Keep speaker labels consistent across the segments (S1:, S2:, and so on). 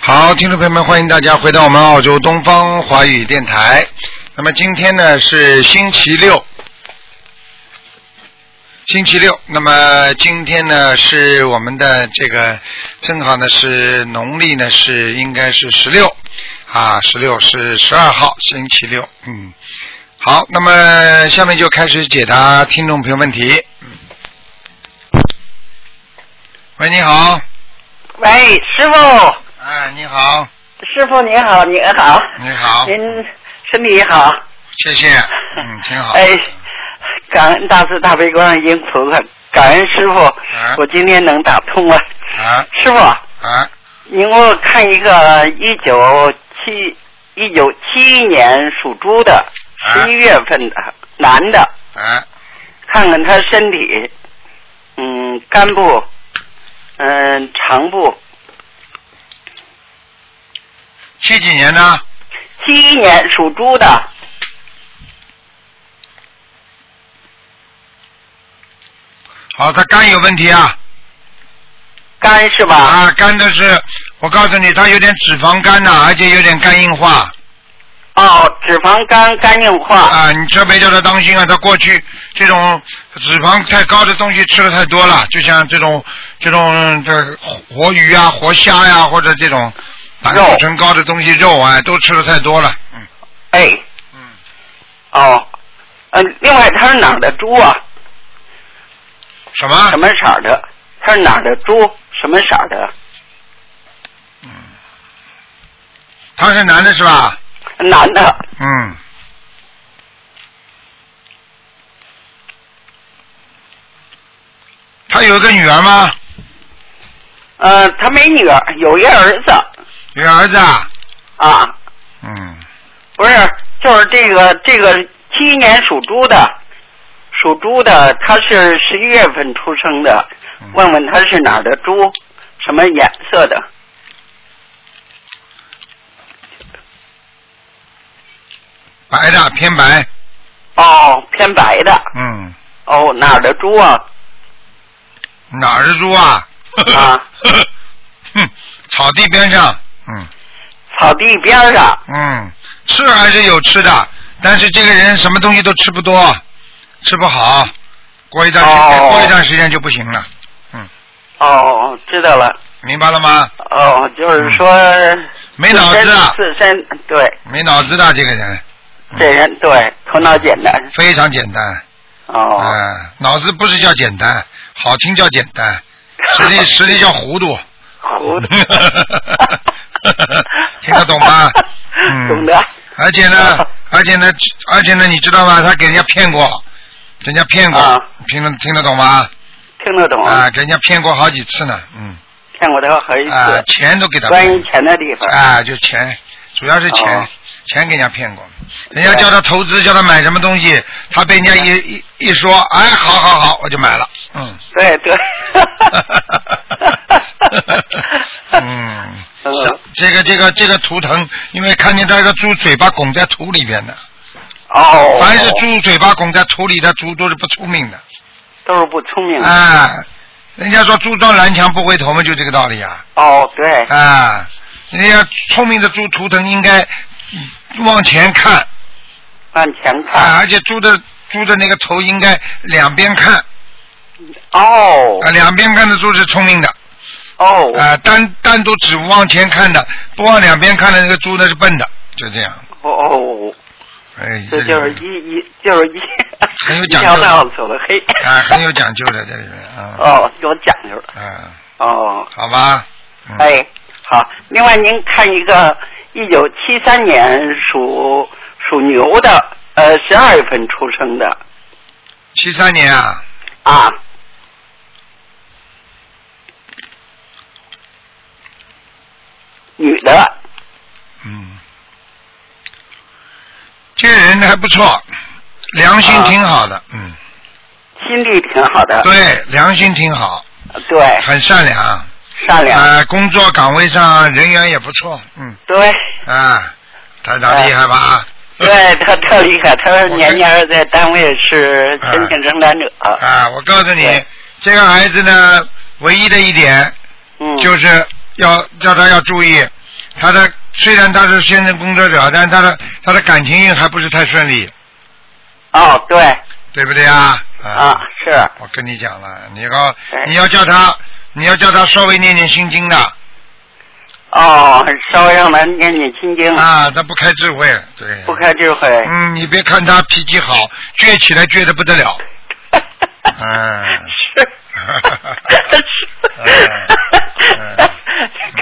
S1: 好，听众朋友们，欢迎大家回到我们澳洲东方华语电台。那么今天呢是星期六，星期六。那么今天呢是我们的这个，正好呢是农历呢是应该是十六啊，十六是十二号，星期六。嗯，好，那么下面就开始解答听众朋友问题。嗯喂，你好，
S2: 喂，师傅，
S1: 哎，你好，
S2: 师傅您好，您好，
S1: 你好，
S2: 您身体好，
S1: 谢谢，嗯，挺好。
S2: 哎，感恩大慈大悲观世音菩萨，感恩师傅，
S1: 啊
S2: 我今天能打通了。
S1: 啊
S2: 师傅，
S1: 啊，
S2: 您给我看一个一九七一九七一年属猪的，
S1: 啊
S2: 十一月份的男的，
S1: 啊，
S2: 看看他身体，嗯，肝部，嗯，肠部，
S1: 七几年呢？
S2: 七一年属猪的，
S1: 哦，他肝有问题啊！
S2: 肝是吧？
S1: 啊，肝的是，我告诉你，他有点脂肪肝呐、而且有点肝硬化
S2: 哦，脂肪肝肝硬化。
S1: 啊，你特别叫他当心啊！他过去这种脂肪太高的东西吃的太多了，就像这种这种这活鱼啊、活虾呀、或者这种胆固醇高的东西肉啊，都吃的太多了。嗯
S2: 哎，
S1: 嗯，
S2: 哦，嗯、另外他是哪儿的猪啊？
S1: 什么
S2: 什？么色儿的？他是哪儿的猪？什么色儿的？
S1: 他是男的是吧？
S2: 男的。
S1: 嗯，他有一个女儿吗？
S2: 呃，他没女儿，有一儿子
S1: 有儿子啊？
S2: 啊，
S1: 嗯，
S2: 不是，就是这个这个七一年属猪的，属猪的，他是十一月份出生的
S1: 嗯，
S2: 问问他是哪儿的猪，什么颜色的？
S1: 白的，偏白。
S2: 哦，偏白的。
S1: 嗯，
S2: 哦，哪儿的猪啊？
S1: 哪儿的猪啊？
S2: 啊，
S1: 哼，草地边上。嗯
S2: 草地边儿上。
S1: 嗯，吃还是有吃的，但是这个人什么东西都吃不多，吃不好，过一段时间、
S2: 哦
S1: 过一段时间就不行了，
S2: 哦，知道了。
S1: 明白了吗？
S2: 哦，就是说
S1: 没脑子啊，
S2: 自身自身对，
S1: 没脑子的这个人。嗯
S2: 这人对头脑简单。
S1: 非常简单，
S2: 哦，
S1: 嗯脑子不是叫简单，好听叫简单，实 力实力叫糊涂，。
S2: 糊涂
S1: 听得懂 吗嗯
S2: 懂得。
S1: 而且呢， 而且呢，而且呢，你知道吗？他给人家骗过，人家骗过，
S2: 啊哦
S1: 听得听得懂吗？
S2: 听得懂。
S1: 啊，给人家骗过好几次呢，嗯，
S2: 骗过他好几
S1: 啊
S2: 次，。
S1: 钱都给他
S2: 关
S1: 骗
S2: 于，钱的地方。
S1: 啊，就钱，主要是钱，
S2: 哦
S1: 钱给人家骗过，人家
S2: 对
S1: 叫他投资，叫他买什么东西，他被人家一一一说，哎，好好好，我就买了，嗯。
S2: 对对。
S1: 嗯，
S2: 嗯。
S1: 这个这个这个图腾，因为看见它这个猪嘴巴拱在土里边的，
S2: 哦。
S1: 凡是猪嘴巴拱在土里的猪都是不聪明的。
S2: 都是不聪明。
S1: 啊，人家说猪撞南墙不回头嘛，就这个道理啊。
S2: 哦，对。
S1: 啊，人家聪明的猪图腾应该往前看
S2: 往前
S1: 啊，
S2: 看。
S1: 而且猪的猪的那个头应该两边看
S2: 哦
S1: 啊，两边看的猪是聪明的。
S2: 哦
S1: 啊、单单独只往前看的，不往两边看的那个猪那是笨的，就这样。
S2: 哦哦，
S1: 哎，
S2: 这
S1: 里
S2: 就是
S1: 面
S2: 一一就是一。
S1: 很 有
S2: 一
S1: 讲究
S2: 条道走的黑。
S1: 啊、很有讲究的这里面啊，
S2: 哦，有讲究了。
S1: 嗯、
S2: 哦，
S1: 好吧，嗯、，
S2: 哎，好。另外，您看一个一九七三年属属牛的，呃，十二月份出生的
S1: 七三年啊，
S2: 啊，女的。
S1: 嗯，这人还不错，良心挺好的，嗯，
S2: 心地挺好的，
S1: 对，良心挺好，
S2: 对，
S1: 很善良，啊、
S2: 善良，
S1: 工作岗位上人缘也不错，嗯，
S2: 对，
S1: 啊，台长厉害吧？
S2: 对他特厉害，他年年在单位是
S1: 哎
S2: 申请生产者，
S1: 啊，我告诉你
S2: 对，
S1: 这个孩子呢，唯一的一点
S2: 嗯，
S1: 就是要叫他要注意，他的虽然他是宣传工作者，但他的他的感情运还不是太顺利，
S2: 哦，对，
S1: 对不对啊？
S2: 啊，是，
S1: 我跟你讲了，你要
S2: 哎
S1: 你要叫他，你要叫他稍微念念心经的
S2: 哦，稍微让他念念心经，
S1: 啊，他不开智慧，对，
S2: 嗯不开智慧。
S1: 嗯，你别看他脾气好，倔起来倔得不得了， 嗯
S2: 是，是
S1: 嗯嗯，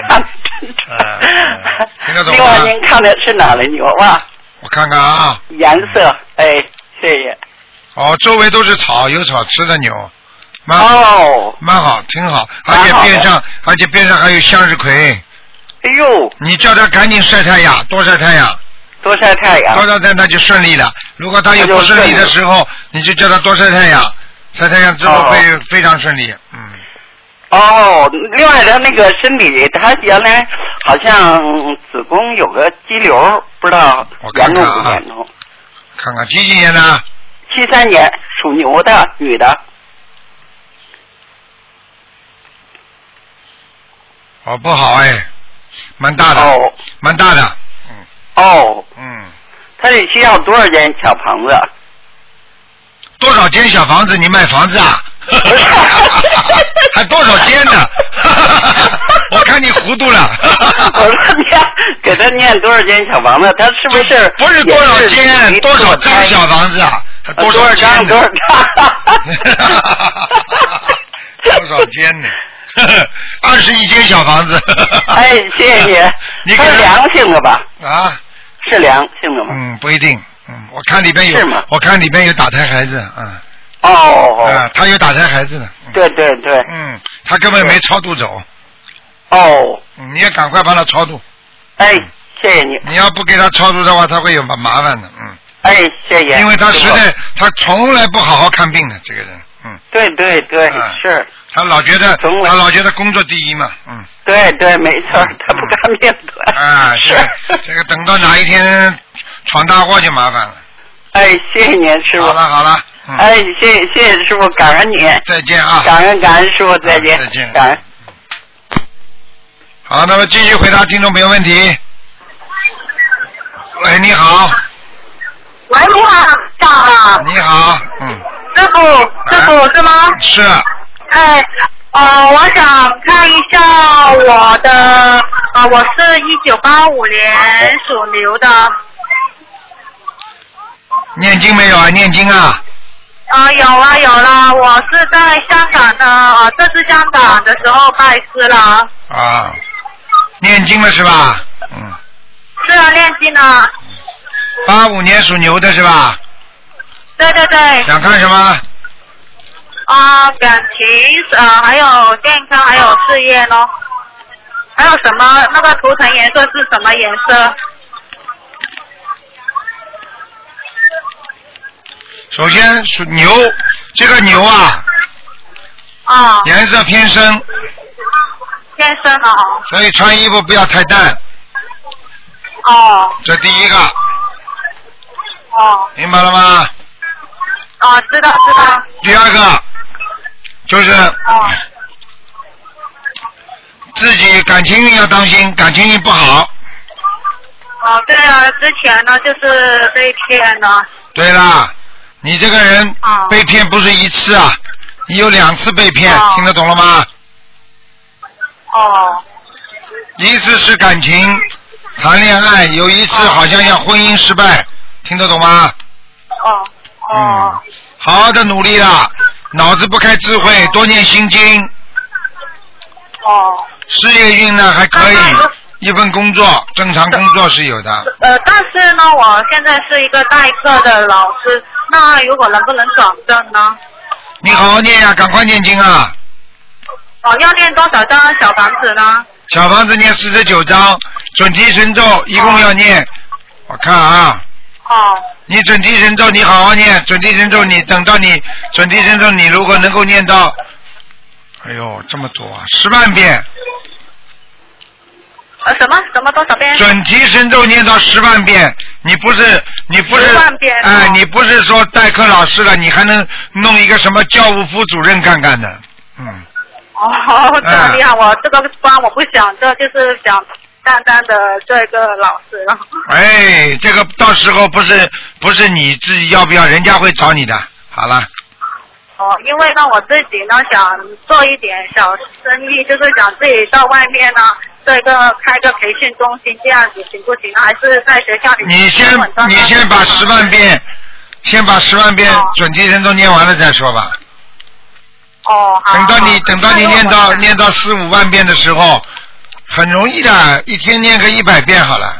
S2: 看
S1: 嗯嗯听得懂吗
S2: 另外，您看的是哪的牛啊？
S1: 我看看啊，
S2: 颜色，哎，谢谢。
S1: 哦，周围都是草，有草吃的牛，蛮好
S2: 哦，
S1: 蛮好，挺好，
S2: 蛮
S1: 而且
S2: 好的
S1: 边上而且边上还有向日葵，
S2: 哎呦，
S1: 你叫他赶紧晒太阳，多晒太阳。
S2: 多晒太阳啊
S1: 多。晒太阳他就顺利了。如果他有不顺利的时候，你就叫他多晒太阳，晒太阳之后会非常顺利。嗯，
S2: 哦，另外他那个身体，他原来好像子宫有个肌瘤，不知道
S1: 我看
S2: 严
S1: 看
S2: 重
S1: 啊
S2: 不严重。
S1: 看看几几年的？
S2: 七三年属牛的女的，
S1: 哦，不好哎，蛮大的，
S2: 哦
S1: 蛮大的。嗯
S2: 哦，
S1: 嗯，
S2: 她得需要多少间小房子？
S1: 多少间小房子？你卖房子 啊？ 还多少间呢？ 我看你糊涂了。
S2: 我说念给她念多少间小房子？她哦是不是
S1: 不是多少间，多少张小房子啊？还
S2: 多
S1: 少间
S2: 张
S1: 呢
S2: 多少张？
S1: 多少间呢？ 二十一间小房子。
S2: 哎，谢谢
S1: 你
S2: 她是
S1: 看
S2: 良性的吧？
S1: 啊？
S2: 是良性的吗？
S1: 嗯，不一定。嗯，我看里边有
S2: 是吗，
S1: 我看里边有打胎孩子，嗯，
S2: 哦
S1: 啊，，他有打胎孩子的，嗯
S2: 对对对，
S1: 嗯，他根本没超度走，
S2: 哦，
S1: 嗯你也赶快帮他超度，
S2: 哎，
S1: 嗯
S2: 谢谢你，
S1: 你要不给他超度的话，他会有麻麻烦的，嗯，
S2: 哎，谢谢。
S1: 因为他
S2: 师
S1: 实
S2: 傅
S1: 在他从来不好好看病的这个人，嗯，
S2: 对对对
S1: 嗯
S2: 是，
S1: 他老觉得
S2: 从来
S1: 他老觉得工作第一嘛，嗯。
S2: 对对没错，他不敢面对。
S1: 啊，这
S2: 是。
S1: 个这个等到哪一天闯大祸就麻烦了。
S2: 哎，谢谢您师
S1: 好
S2: 傅。
S1: 了好了，嗯，
S2: 哎，谢谢谢谢师傅，感恩您，
S1: 再见啊。
S2: 感恩感恩师傅，再见，
S1: 再见
S2: 感恩。
S1: 好，那么继续回答听众朋友问题。喂，你好，
S3: 喂，你好，长啊，
S1: 你好，嗯，
S3: 师傅，师傅是吗？
S1: 是，
S3: 哎，呃，我想看一下我的，呃，我是一九八五年属牛的，
S1: 念经没有啊？念经啊？
S3: 呃，有啊有啦，我是在香港的，呃，这次香港的时候拜师了，
S1: 啊，念经了是吧？嗯，
S3: 是啊，念经呢，
S1: 八五年属牛的是吧？
S3: 对对对，
S1: 想看什么？
S3: 啊、感情，呃，还有健康，还有事业咯，还有什么？那个图腾颜色是什么颜色？
S1: 首先属牛，这个牛啊，
S3: 啊、
S1: 颜色偏深，
S3: 先生哦，
S1: 所以穿衣服不要太淡，
S3: 哦
S1: 这第一个，
S3: 哦
S1: 明白了吗？
S3: 哦，知道知道，
S1: 第二个就是
S3: 哦
S1: 自己感情运要当心，感情运不好。
S3: 哦，对啊，之前呢就是被骗了，
S1: 对啦，你这个人
S3: 哦
S1: 被骗不是一次啊，你有两次被骗，
S3: 哦
S1: 听得懂了吗？
S3: 哦
S1: 一次是感情谈恋爱，有一次
S3: 哦
S1: 好像要婚姻失败，听得懂吗？
S3: 哦哦、
S1: 嗯，好好的努力啦，脑子不开智慧，多念心经，
S3: 哦，
S1: 事业运呢还可以
S3: 那那，
S1: 一份工作正常工作是有的。
S3: 呃，但是呢，我现在是一个代课的老师，那如果能不能转正呢？
S1: 你好好念呀、赶快念经啊！
S3: 哦，要念多少张小房子呢？
S1: 小房子念四十九章，准提神咒一共要念，我看啊，
S3: 哦
S1: 你准提神咒你好好念，准提神咒你等到你准提神咒你如果能够念到，哎呦这么多啊，十万遍，
S3: 呃，什么什么多少遍？
S1: 准提神咒念到十万遍，你不是你不是
S3: 10万遍
S1: 哎、
S3: 哦
S1: 你不是说代课老师了，你还能弄一个什么教务副主任干干的，嗯，
S3: 哦，这么厉害，我这个关我不想，这就是想淡淡的这个老师了。
S1: 哎，这个到时候不是不是你自己要不要，人家会找你的。好了，
S3: 哦，因为呢，我自己呢想做一点小生意，就是想自己到外面呢，这个开个培训中心，这样子行不行？啊还是在学校里？
S1: 你先你先把十万。遍，先把十万遍
S3: 哦
S1: 准提神咒念完了再说吧。
S3: 哦，好。
S1: 等到你
S3: 好
S1: 等到你念到念。到四五万遍的时候，很容易的，一天念个一百遍好了。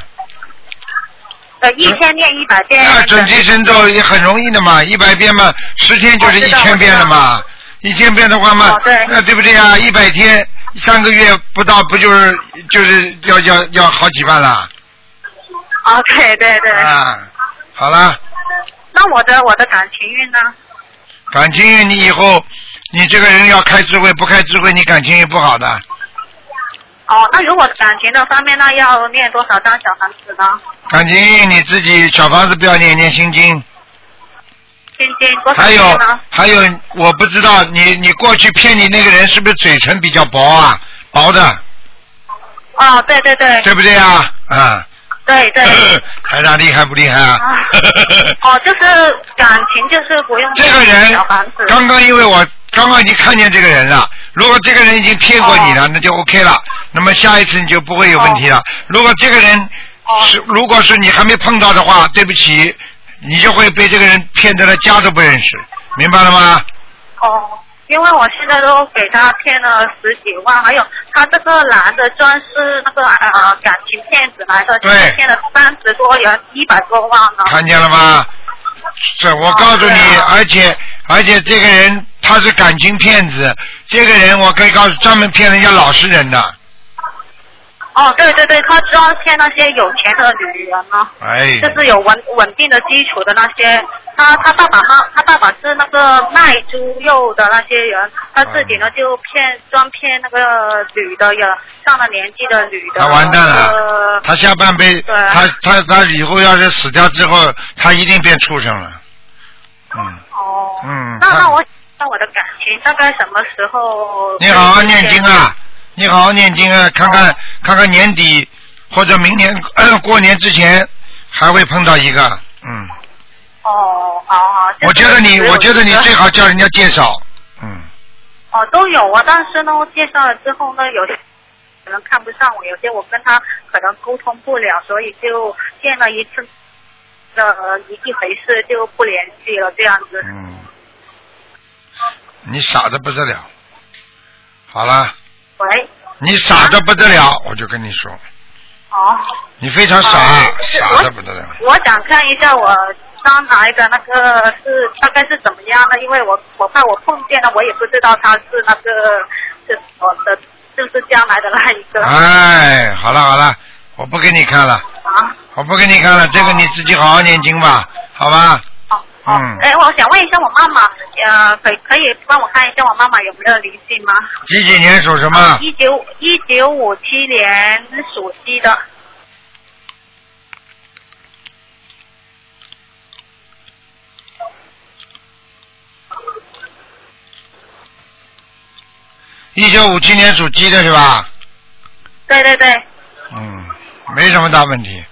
S3: 那我呃，一天念一百遍。
S1: 那啊准提神咒也很容易的嘛，一百遍嘛，十天就是
S3: 哦
S1: 一
S3: 知道
S1: 千遍了嘛。一千遍的话嘛，
S3: 哦对
S1: 那对不对啊？一百天，三个月不到，不就是就是要要要好几万了
S3: 哦，对对对。
S1: 啊？好了，
S3: 那我的我的感情运呢？
S1: 感情运你以后，你这个人要开智慧，不开智慧你感情运不好的。
S3: 哦，那如果感情的方面，那要念多少张小房子呢？
S1: 感情运你自己小房子不要念，念心经。
S3: 天天多少
S1: 还
S3: 遍
S1: 有
S3: 呢？
S1: 还有，我不知道你你过去骗你那个人是不是嘴唇比较薄啊？薄的，
S3: 哦，对对对
S1: 对不对啊？啊、
S3: 对 对。
S1: 台长厉害不厉害啊？
S3: 啊哦，就是感情，就是不用
S1: 这个人
S3: 小房子。
S1: 刚刚因为我刚刚已经看见这个人了，如果这个人已经骗过你
S3: 哦
S1: 了，那就 OK 了。那么下一次你就不会有问题了。如果这个人
S3: 哦
S1: 是，如果是你还没碰到的话，对不起，你就会被这个人骗得连家都不认识，明白了吗？
S3: 哦，因为我现在都给他骗了十几万，还有他这个男的专是那个呃感情骗子来的，
S1: 对
S3: 就是骗了三十多人，一百多万呢。
S1: 看见了吗？这我告诉你，
S3: 哦对啊
S1: 而且而且这个人他是感情骗子，这个人我可以告诉，专门骗人家老实人的。
S3: 哦，对对对，他专骗那些有钱的女人呢。
S1: 哎，
S3: 就是有稳稳定的基础的那些，他他爸爸妈他爸爸是那个卖猪肉的那些人，他自己呢就骗专骗那个女的呀，上了年纪的女的。
S1: 他完蛋了
S3: 呃，
S1: 他下半辈，
S3: 对啊
S1: 他他他以后要是死掉之后，他一定变畜生了。嗯，
S3: 哦。
S1: 嗯
S3: 那
S1: 他
S3: 那我那我的感情大概什么时候？
S1: 你好好念经！啊，你好好念经啊，看看、
S3: 哦
S1: 看看年底或者明年、呃过年之前还会碰到一个。嗯，
S3: 哦，好好。就是
S1: 我觉得你，
S3: 只有
S1: 我觉得你
S3: 一个
S1: 最好叫人家介绍。嗯。
S3: 哦，都有啊，但是呢，我介绍了之后呢，有些可能看不上我，有些我跟他可能沟通不了，所以就见了一次的、呃、一一回事就不联系了，这样子。
S1: 嗯，你傻的不得了。好了，
S3: 喂，
S1: 你傻的不得了，我就跟你说，
S3: 哦，
S1: 你非常傻，
S3: 啊
S1: 傻的不得了。
S3: 我想看一下我刚来的那个是大概是怎么样的，因为我我怕我碰见了，我也不知道他是那个是我的，就是将来的那一个啊
S1: 哎，好了好了，我不给你看了，
S3: 啊
S1: 我不给你看了，这个你自己好好念经吧，好吧？
S3: 哦哦
S1: 嗯，
S3: 哎，我想问一下我妈妈，呃，可以可以帮我看一下我妈妈有没有灵性吗？哦
S1: 几几年属什么？
S3: 一九一九五七年属鸡的，
S1: 一九五七年属鸡的是吧？
S3: 对对对，
S1: 嗯，没什么大问题，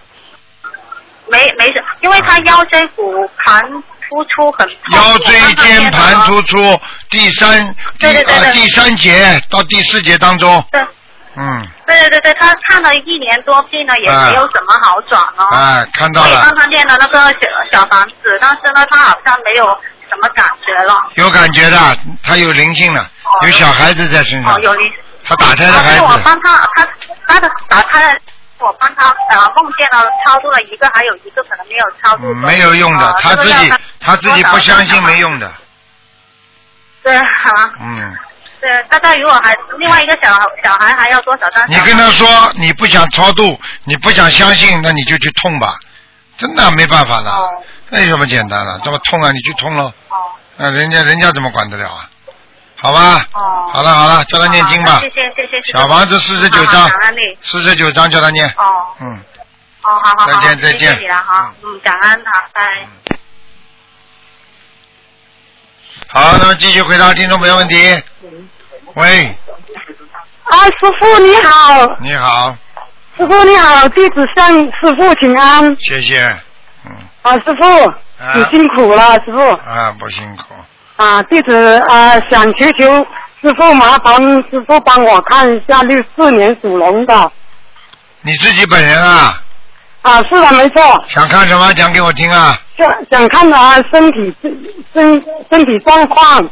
S3: 没没事，因为她腰椎骨盘突出很痛，
S1: 腰椎间盘
S3: 我
S1: 突出，第三第
S3: 对对对
S1: 呃
S3: 对
S1: 第三节到第四节当中，
S3: 刚刚念的。
S1: 嗯，
S3: 对对对对，她看了一年多病了，也
S1: 啊
S3: 没有什么好转哦。
S1: 哎，看到
S3: 我也
S1: 了。
S3: 帮她练了那个小小房子，但是呢，她好像没有什么感觉了。
S1: 有感觉的，他有灵性了，
S3: 哦
S1: 有小孩子在身上
S3: 哦，，有灵
S1: 啊他打胎的孩
S3: 啊对我
S1: 子，
S3: 帮他，他他的打胎的，我帮他呃梦见了超度了一个，还有一个可能没有超度、
S1: 嗯没有用的
S3: 呃，
S1: 他
S3: 这
S1: 自
S3: 个要
S1: 己
S3: 看
S1: 他自己不相信没。
S3: 多少
S1: 用的，
S3: 对，好、啊，
S1: 嗯，
S3: 对，大概如果还另外一个小小孩还要多少张？
S1: 你跟他说你不想超度，你不想相信，那你就去痛吧，真的没办法的
S3: 哦，
S1: 那有什么简单的？这么痛啊，你去痛喽，
S3: 哦
S1: 那人家人家怎么管得了啊？好吧，
S3: 哦，
S1: 好了好了，叫他念经
S3: 好
S1: 吧
S3: 谢，谢谢谢。谢谢
S1: 小房子49张
S3: 好好感恩你。
S1: 四十九章叫他念，
S3: 哦
S1: 嗯。
S3: 哦，好好好，
S1: 再见再见
S3: 谢谢你了哈，嗯，感恩哈，拜。
S1: 好，那么继续回答听众朋友问题。
S3: 嗯
S1: 喂，
S4: 啊，师傅你好，
S1: 你好，
S4: 师傅你好，弟子向师傅请安。
S1: 谢谢，嗯
S4: 啊，师傅，
S1: 啊
S4: 你辛苦了，师傅。
S1: 啊，不辛苦。
S4: 啊，弟子啊、想求求师傅麻烦师傅帮我看一下六四年属龙的。
S1: 你自己本人啊，
S4: 啊，是的，没错，
S1: 想看什么讲给我听啊？
S4: 想想看他身体身身体状况，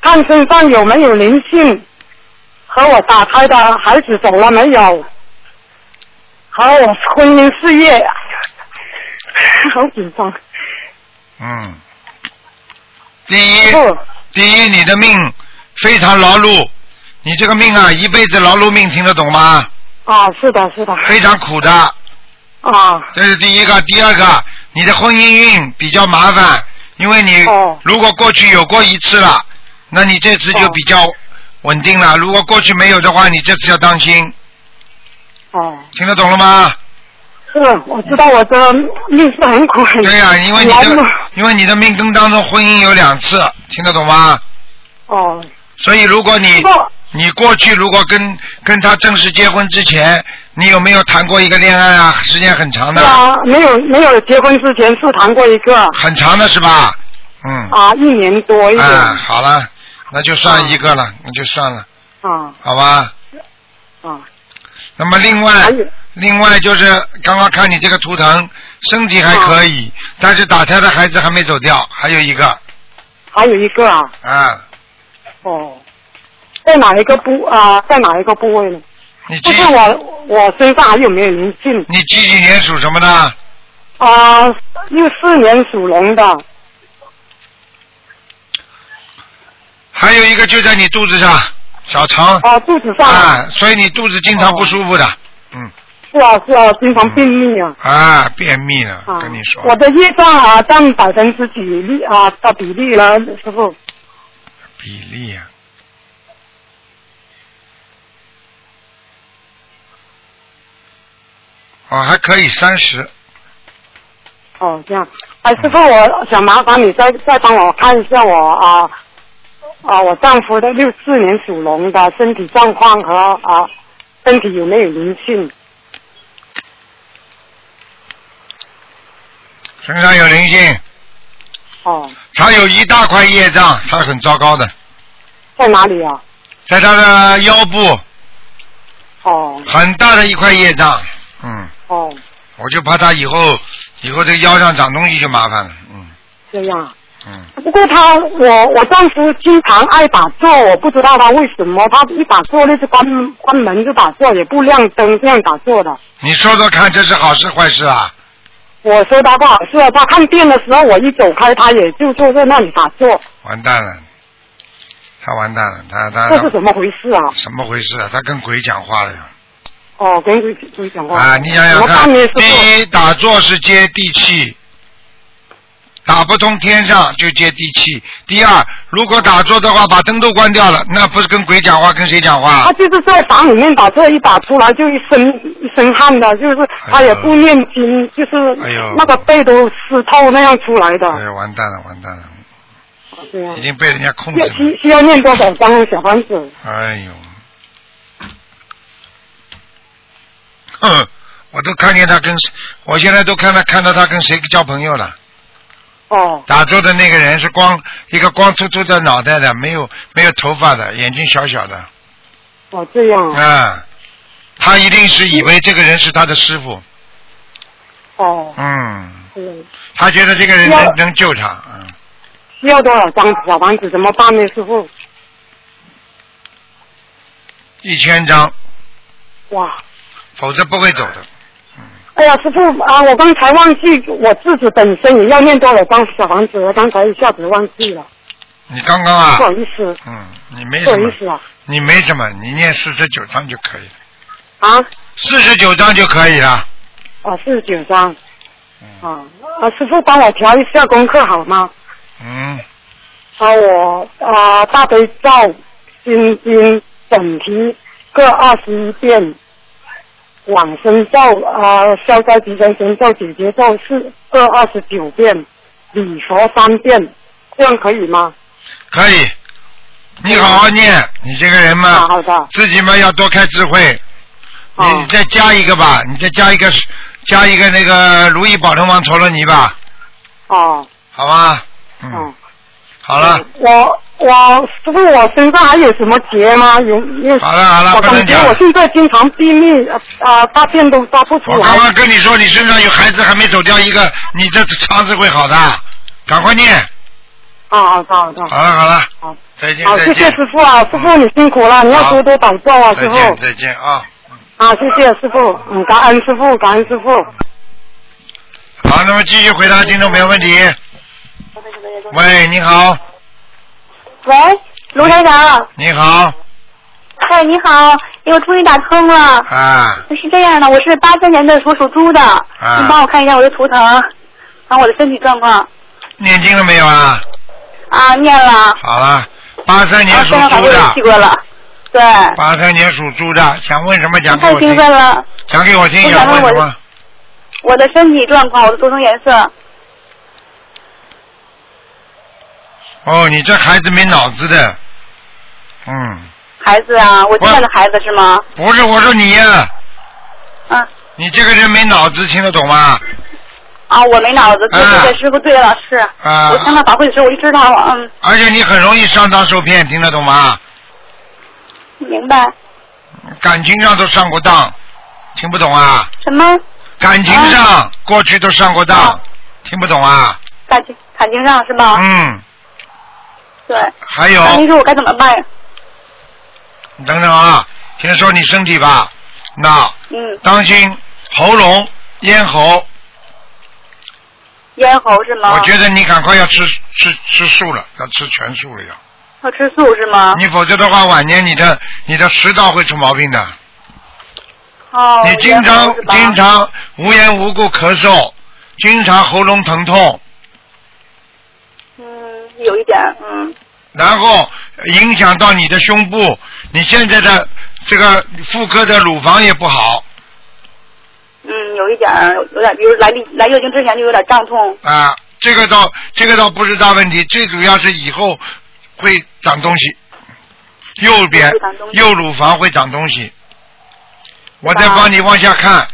S4: 看身上有没有灵性，和我打胎的孩子走了没有，和我婚姻事业， 好紧张。
S1: 嗯，第一
S4: 师，傅，
S1: 第一，你的命非常劳碌，你这个命啊，一辈子劳碌命，听得懂吗？
S4: 啊，是的，是的，
S1: 非常苦的，
S4: 啊，
S1: 这是第一个。第二个，你的婚姻运比较麻烦，因为你
S4: 哦
S1: 如果过去有过一次了，那你这次就
S4: 哦
S1: 比较稳定了。如果过去没有的话，你这次要当心，
S4: 哦、
S1: 听得懂了吗？
S4: 是，我知道我的命是很苦很
S1: 对呀、因为你
S4: 劳
S1: 的
S4: 碌。
S1: 因为你的命根当中婚姻有两次，听得懂吗？
S4: 哦，
S1: 所以如果
S4: 师
S1: 你
S4: 傅，
S1: 你过去如果跟跟他正式结婚之前，你有没有谈过一个恋爱啊？时间很长
S4: 对
S1: 的，
S4: 啊，没有没有结婚之前是谈过一个
S1: 很长的是吧？嗯，
S4: 啊，一年多一点
S1: 啊，好了，那就算一个了，那就算了，
S4: 啊
S1: 好吧？
S4: 啊，
S1: 那么另外
S4: 还，有
S1: 另外就是刚刚看你这个图腾，身体还可
S4: 啊
S1: 以，但是打胎的孩子还没走掉，还有一个
S4: 还有一个啊，
S1: 啊，
S4: 哦，在哪一个部啊，在哪一个部位呢？
S1: 你几
S4: 就是我我身上还有没有灵性
S1: 你几几年属什么的？
S4: 啊？六四年属龙的
S1: 还有一个就在你肚子上，小肠
S4: 啊，肚子上
S1: 啊，所以你肚子经常不舒服的，嗯
S4: 是啊是啊，经常便秘啊。
S1: 啊，便秘了
S4: 啊，，
S1: 跟你说，
S4: 我的业障啊占百分之几例啊的比例了，师傅
S1: 比例啊，哦，还可以三十，
S4: 哦，这样。哎，师傅，我想麻烦你再再帮我看一下我啊啊我丈夫的六四年属龙的身体状况和啊身体有没有灵性？
S1: 身上有灵性，
S4: 哦，
S1: 他有一大块业障，他很糟糕的，
S4: 在哪里啊？
S1: 在他的腰部
S4: 哦
S1: 很大的一块业障，嗯，
S4: 哦，
S1: 我就怕他以后以后这个腰上长东西就麻烦了，嗯
S4: 这样啊。
S1: 嗯，
S4: 不过他，我我丈夫经常爱打坐，我不知道他为什么，他一打坐就是关关门就打坐，也不亮灯这样打坐的。
S1: 你说说看，这是好事坏事啊？
S4: 我说他不好事啊，他看店的时候我一走开，他也就坐在那里打坐，
S1: 完蛋了，他完蛋了，他他
S4: 这是
S1: 他
S4: 怎么回事啊？
S1: 什么回事啊？他跟鬼讲话了呀！
S4: 哦，跟鬼鬼讲话
S1: 啊，你想想
S4: 我
S1: 看，嗯
S4: 看你师
S1: 第
S4: 傅
S1: 一打坐是接地气，打不通天上就接地气。第二，如果打坐的话，把灯都关掉了，那不是跟鬼讲话，跟谁讲话
S4: 他？就是在房里面打坐，一打出来就一身一身汗的，就是他也不念经，就是
S1: 哎呦
S4: 那个背都湿透那样出来的。
S1: 哎呀，完蛋了，完蛋了，
S4: 这样
S1: 已经被人家控
S4: 要
S1: 制了。
S4: 需需要念多少张小房子？
S1: 哎呦，哼，我都看见他跟，我现在都看他看到他跟谁交朋友了。
S4: 哦
S1: 打坐的那个人是光一个光秃秃的脑袋的，没有没有头发的，眼睛小小的
S4: 哦，这样啊
S1: 啊，他一定是以为这个人是他的师傅，
S4: 哦，
S1: 嗯，
S4: 嗯，
S1: 他觉得这个人
S4: 要
S1: 能能救他，嗯，
S4: 需要多少张小房子？怎么办呢，师傅？
S1: 一千张，
S4: 哇！
S1: 否则不会走的。
S4: 哎呀，师傅啊，我刚才忘记我自己本身也要念多少张小房子，我刚才一下子忘记了，
S1: 你刚刚
S4: 不
S1: 啊，
S4: 好意思，
S1: 嗯，你没
S4: 不好
S1: 什
S4: 意
S1: 么，
S4: 思啊
S1: 你没什么，你念四十九章就可以了，
S4: 啊！
S1: 四十九章就可以了。
S4: 哦，四十九张。啊，啊，师傅帮我调一下功课好吗？
S1: 嗯，
S4: 啊，我啊大悲咒心经整题各二十一遍，往生咒啊消灾吉祥神咒解结咒是各二十九遍，礼佛三遍，这样可以吗？
S1: 可以。你好好念，你这个人嘛，
S4: 啊好的，
S1: 自己嘛要多开智慧，
S4: 哦
S1: 你再加一个吧，你再加一个，加一个那个如意宝成王陀罗尼吧，
S4: 哦，
S1: 好吗？嗯，
S4: 嗯，
S1: 好了，
S4: 我我是不是我身上还有什么结吗？有有。
S1: 好了好了
S4: 我
S1: 不能
S4: 感觉
S1: 讲
S4: 我现在经常便秘，啊、呃，大便都大不出
S1: 我刚
S4: 来。
S1: 刚跟你说，你身上有孩子还没走掉一个，你这肠子会好的，赶快念。
S4: 啊啊，好的。
S1: 好了好了，
S4: 好，
S1: 再见
S4: 哦好，
S1: 再
S4: 谢谢
S1: 见，嗯
S4: 师傅啊，师傅你辛苦了，你要
S1: 好
S4: 多多保重啊，
S1: 再
S4: 师傅。
S1: 见再见啊！
S4: 啊，谢谢师傅，嗯，感恩师傅，感恩师傅。
S1: 好，那么继续回答听众朋友问题。喂，你好，
S5: 喂，卢台长，
S1: 你好
S5: 嗨，你好，哎，我终于打通了。
S1: 啊，
S5: 是这样的，我是八三年的属属猪的，你帮我看一下我的图腾，然后我的身体状况
S1: 念经了没有啊？
S5: 啊，念了，啊
S1: 好了，八三
S5: 然
S1: 年
S5: 后
S1: 属
S5: 身上反
S1: 猪
S5: 正也
S1: 的
S5: 去，过了，对，
S1: 八三年属猪的，想问什么讲给
S5: 太
S1: 我
S5: 兴
S1: 听，
S5: 奋了，
S1: 讲给我听，
S5: 我
S1: 想
S5: 想
S1: 问
S5: 问
S1: 什
S5: 我
S1: 么？
S5: 我的身体状况，我的图腾颜色，
S1: 哦，你这孩子没脑子的，嗯，
S5: 孩子啊，我现在的孩子是吗？
S1: 不是，我说你呀、
S5: 嗯。
S1: 你这个人没脑子，听得懂吗？
S5: 啊，我没脑子，对
S1: 啊
S5: 对对，师傅对了，是，
S1: 啊
S5: 我参加法会的时候我就知道了，嗯，
S1: 而且你很容易上当受骗，听得懂吗？
S5: 明白，
S1: 感情上都上过当，听不懂啊？
S5: 什么
S1: 感情上过去都上过当
S5: 啊，
S1: 听不懂啊？
S5: 感情感情上是吧？
S1: 嗯，
S5: 对，
S1: 还
S5: 那您
S1: 有，
S5: 说我该怎么办呀？
S1: 你等等啊，先说你身体吧。那
S5: 嗯，
S1: 当心喉咙、咽喉，
S5: 咽喉是吗？
S1: 我觉得你赶快要吃吃吃素了，要吃全素了要。
S5: 要吃素是吗？
S1: 你否则的话，晚年你的你的食道会出毛病的。
S5: 哦，
S1: 你经
S5: 咽
S1: 常
S5: 喉是吧
S1: 经常无缘无故咳嗽，经常喉咙疼痛，
S5: 嗯，有一点嗯，
S1: 然后影响到你的胸部，你现在的这个妇科的乳房也不好
S5: 嗯，有一点儿有点，比如来例来月经之前就有点胀痛，
S1: 啊。这个倒这个倒不是大问题，最主要是以后会长东西，右边
S5: 会长东西
S1: 右乳房会长东西。我再
S5: 啊
S1: 帮你往下看，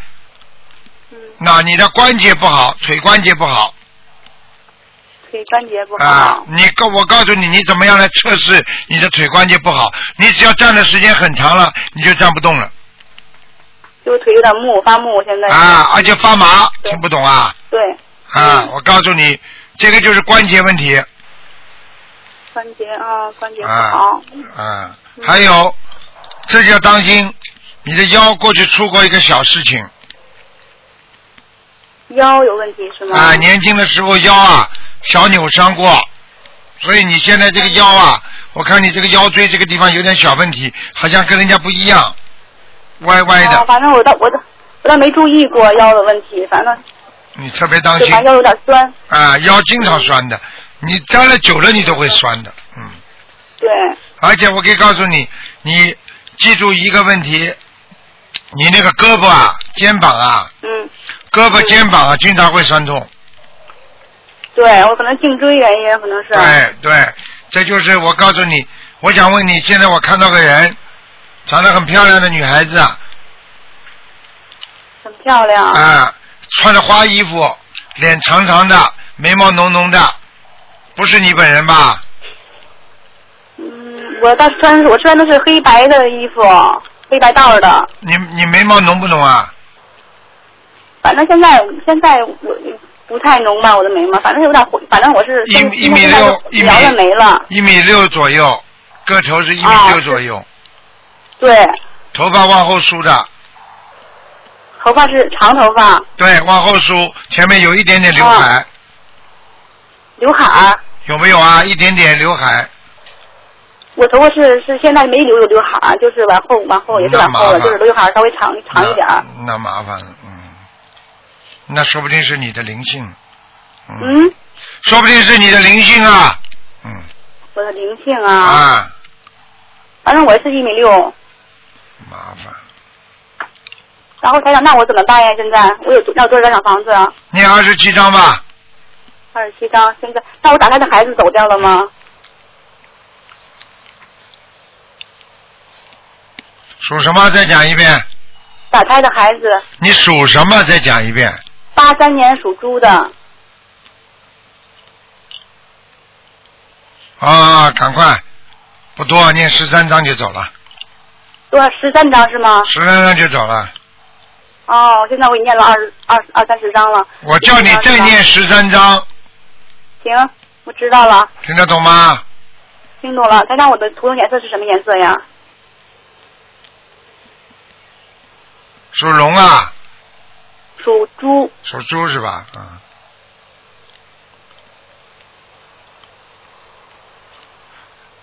S5: 嗯，
S1: 那你的关节不好，腿关节不好。
S5: 腿关节不好，
S1: 啊，你告我告诉你，你怎么样来测试你的腿关节不好？你只要站的时间很长了，你就站不动了
S5: 就是腿有点木发木，现在
S1: 啊，而且发麻，
S5: 对
S1: 听不懂啊？
S5: 对
S1: 啊
S5: 嗯，
S1: 我告诉你，这个就是关节问题
S5: 关节啊关节不好，
S1: 啊，啊，还有这就要当心，你的腰过去出过一个小事情
S5: 腰有问题是吗？
S1: 啊，年轻的时候腰啊小扭伤过，所以你现在这个腰啊，我看你这个腰椎这个地方有点小问题，好像跟人家不一样，歪歪的。
S5: 啊，反正我倒我倒我倒没注意过腰的问题，反正
S1: 你特别当
S5: 就
S1: 心
S5: 反正腰有点酸，
S1: 啊，腰经常酸的，你站了久了你都会酸的，嗯。
S5: 对，
S1: 而且我可以告诉你，你记住一个问题，你那个胳膊啊、肩膀啊、
S5: 嗯，
S1: 胳膊肩膀啊，经常会酸痛。
S5: 对我可能颈椎原因可能是，
S1: 对哎对，这就是我告诉你，我想问你，现在我看到个人，长得很漂亮的女孩子啊，
S5: 很漂亮，
S1: 啊，穿着花衣服，脸长长的，眉毛浓浓的，不是你本人吧？
S5: 嗯，我倒是穿我穿的是黑白的衣服，黑白道儿的。
S1: 你你眉毛浓不浓啊？
S5: 反正现在现在我不太浓吧，我的眉毛，反正有点灰，反正我是
S1: 一
S5: 现
S1: 一米
S5: 现在
S1: 六，一
S5: 是
S1: 米
S5: 描了眉了，
S1: 一米六左右，个头是一米
S5: 啊
S1: 六
S5: 是
S1: 左右，
S5: 对，
S1: 头发往后梳的，
S5: 头发是长头发，
S1: 对，往后梳，前面有一点点刘海，
S5: 啊刘海儿，
S1: 有没有啊？一点点刘海，
S5: 我头发是是现在没留有刘海儿，就是往后往后也是
S1: 那
S5: 往后了，
S1: 麻烦
S5: 就是刘海儿稍微长长一点儿。
S1: 那那麻烦了，嗯，那说不定是你的灵性，嗯，
S5: 嗯，
S1: 说不定是你的灵性啊，嗯
S5: 我的灵性啊，
S1: 啊，
S5: 反正我是一米六，
S1: 麻烦，
S5: 然后台长，那我怎么办呀？现在我有多要多少张房子？啊？
S1: 念二十七章吧，
S5: 二十七张，现在那我打胎的孩子走掉了吗？
S1: 属什么？再讲一遍，
S5: 打胎的孩子，
S1: 你属什么？再讲一遍。
S5: 八三年属猪的，
S1: 啊，赶快，不多，念十三章就走了，
S5: 多少十三张是吗？
S1: 十三章就走了。
S5: 哦，现在我已经念了二十二二三十张了。
S1: 我叫你再念十三章，
S5: 行，我知道了，
S1: 听得懂吗？
S5: 听懂了。台长，我的图腾颜色是什么颜色呀？
S1: 属龙啊，
S5: 属猪，
S1: 属猪是吧？啊。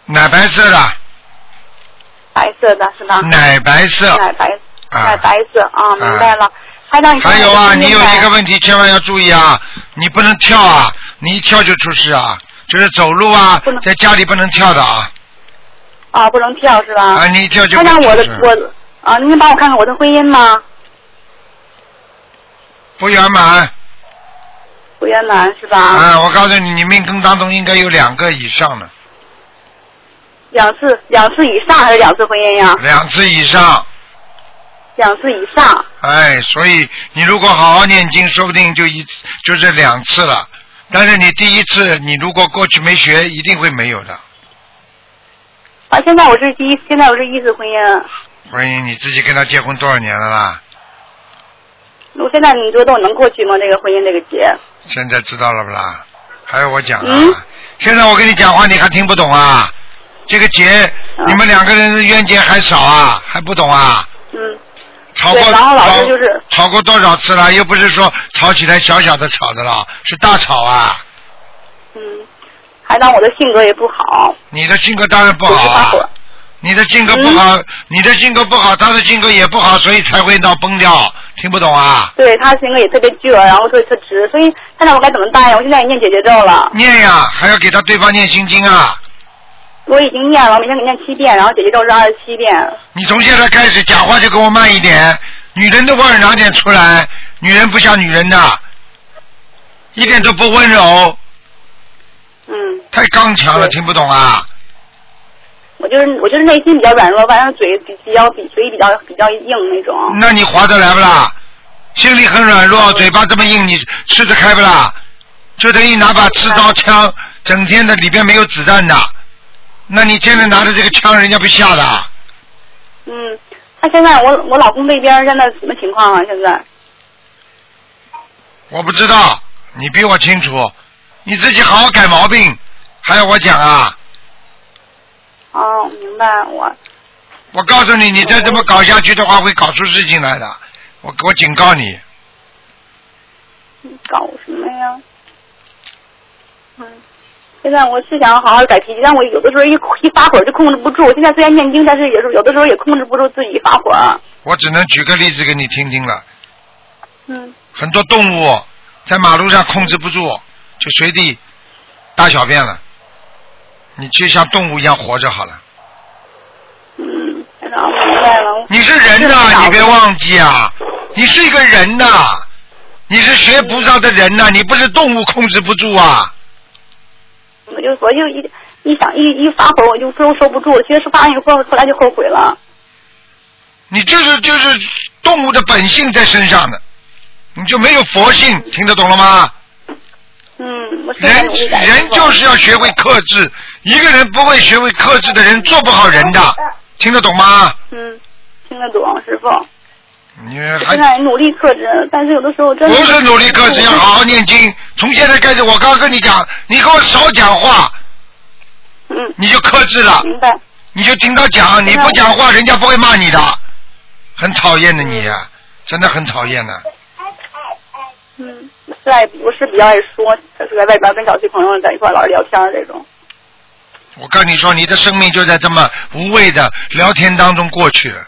S1: 奶白色
S5: 啊
S1: 的，
S5: 白色的是吧？
S1: 奶白色
S5: 奶白，
S1: 啊
S5: 奶白色啊，明白了。台长，你看
S1: 还有
S5: 我
S1: 啊，
S5: 的
S1: 你有
S5: 明白
S1: 一个问题千万要注意啊，你不能跳啊，你一跳就出事啊，就是走路啊
S5: 不能，
S1: 在家里不能跳的啊，
S5: 啊，不能跳是吧？
S1: 啊，你一跳就
S5: 台
S1: 会
S5: 长，我
S1: 出
S5: 的
S1: 事，
S5: 我啊，您能帮我看看我的婚姻吗？
S1: 不圆
S5: 啊
S1: 满
S5: 不圆满是吧？
S1: 啊！我告诉你，你命根当中应该有两个以上的，
S5: 两次两次以上还是两次婚姻呀？
S1: 两次以上，
S5: 两次以上
S1: 哎，所以你如果好好念经，说不定就一次就这两次了。但是你第一次，你如果过去没学，一定会没有的。
S5: 啊！现在我是第一，现在我是一次婚姻，
S1: 所以你自己跟他结婚多少年了啦？
S5: 我现在你觉得我能过去吗？这个婚姻这个节？
S1: 现在知道了不啦？还要我讲啊？
S5: 嗯
S1: 现在我跟你讲话，你还听不懂啊？这个劫，你们两个人的冤结还少啊？还不懂啊？
S5: 嗯，
S1: 吵过
S5: 对然后老师
S1: 吵
S5: 就是
S1: 吵过多少次了？又不是说吵起来小小的吵的了，是大吵啊！
S5: 嗯，还当我的性格也不好，
S1: 你的性格当然不
S5: 总是
S1: 好
S5: 发
S1: 啊，
S5: 火。
S1: 你的性格不好，你的性格不好，他的性格也不好，所以才会闹崩掉。听不懂啊？
S5: 对他性格也特别倔，然后特特直，所以他让我该怎么办呀？我现在也念姐姐咒了，
S1: 念呀，还要给他对方念心经啊！
S5: 我已经念了，我每天给念七遍，然后姐姐咒是二十七遍。
S1: 你从现在开始讲话就给我慢一点，女人的味儿拿点出来，女人不像女人的，一点都不温柔，
S5: 嗯，
S1: 太刚强了，
S5: 对
S1: 听不懂啊？
S5: 我就是我就是内心比较软弱，反正嘴比比较比嘴比较比较硬那种。
S1: 那你划得来不啦？心里很软弱，嘴巴这么硬，你吃得开不啦？就等于拿把刺刀枪，整天的里边没有子弹的，那你现在拿着这个枪，人家不吓的啊？
S5: 嗯，他现在我我老公那边现在什么情况啊？现在
S1: 我不知道，你比我清楚，你自己好好改毛病，还要我讲啊？
S5: 哦，明白我
S1: 我告诉你，你再这么搞下去的话，会搞出事情来的。我我警告你，
S5: 搞什么呀？嗯，现在我是想好好改脾气，但我有的时候一一发火就控制不住。现在虽然念经，但是也是有的时候也控制不住自己发火。
S1: 我只能举个例子给你听听了。
S5: 嗯，
S1: 很多动物在马路上控制不住，就随地大小便了。你就像动物一样活着好了。
S5: 嗯，然后明白了。
S1: 你是人
S5: 是
S1: 呐、
S5: 的
S1: 你别忘记啊，你是一个人呐、你是学菩萨的人呐、你不是动物控制不住啊。
S5: 我就我就一一想一一发火我就收收不住，其实是发完以后后来就后悔了。
S1: 你就是就是动物的本性在身上的，你就没有佛性，听得懂了吗？
S5: 嗯，我是
S1: 人人就是要学会克制，一个人不会学会克制的人，做不好人的，听得懂吗？
S5: 嗯，听得懂师傅。
S1: 你
S5: 我现
S1: 还
S5: 在努力克制，但是有的时候真
S1: 哎不
S5: 的
S1: 是努力克制，要好好念经。从现在开始，我刚跟你讲，你给我少讲话，
S5: 嗯，
S1: 你就克制了，
S5: 明白。
S1: 你就听他讲，你不讲话，人家不会骂你的，很讨厌的你呀、真的很讨厌啊的。
S5: 哎嗯，我是爱，我是比较爱说，就是在外边跟小区朋友在一块儿老是聊天儿这种。
S1: 我跟你说，你的生命就在这么无谓的聊天当中过去了。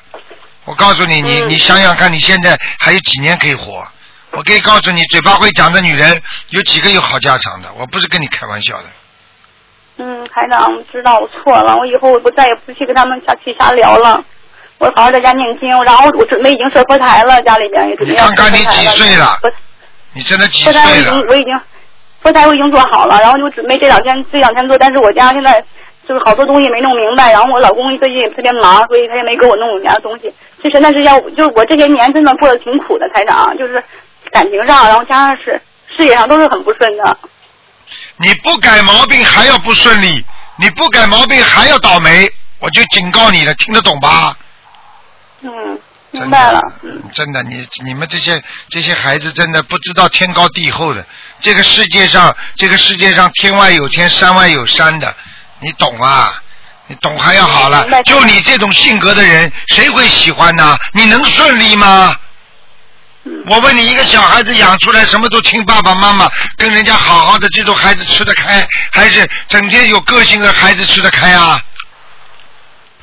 S1: 我告诉你，你
S5: 嗯
S1: 你想想看，你现在还有几年可以活？我可以告诉你，嘴巴会讲的女人有几个有好下场的？我不是跟你开玩笑的。
S5: 嗯，台长，我知道我错了，我以后我不再也不去跟他们瞎去瞎聊了。我好好在家念经，然后我准备已经设佛台了，家里边也准备要
S1: 你看看你
S5: 设佛台
S1: 几岁了
S5: 佛
S1: 你真的几
S5: 佛台我
S1: 岁
S5: 已经
S1: 了？
S5: 我已经佛台我已经做好了，然后就准备这两天这两天做，但是我家现在就是好多东西没弄明白，然后我老公最近也特别忙，所以他也没给我弄我家的东西。就是但是要就是我这些年真的过得挺苦的，台长，啊就是感情上，然后加上是事业上都是很不顺的。
S1: 你不改毛病还要不顺利，你不改毛病还要倒霉，我就警告你了，听得懂吧？
S5: 嗯，明
S1: 真
S5: 白了
S1: 的。，真的，你你们这些这些孩子真的不知道天高地厚的，这个世界上这个世界上天外有天，山外有山的，你懂啊？你懂还要好了
S5: 明白，
S1: 就你这种性格的人，谁会喜欢呢？你能顺利吗？
S5: 嗯
S1: 我问你，一个小孩子养出来什么都听爸爸妈妈，跟人家好好的，这种孩子吃得开，还是整天有个性的孩子吃得开啊？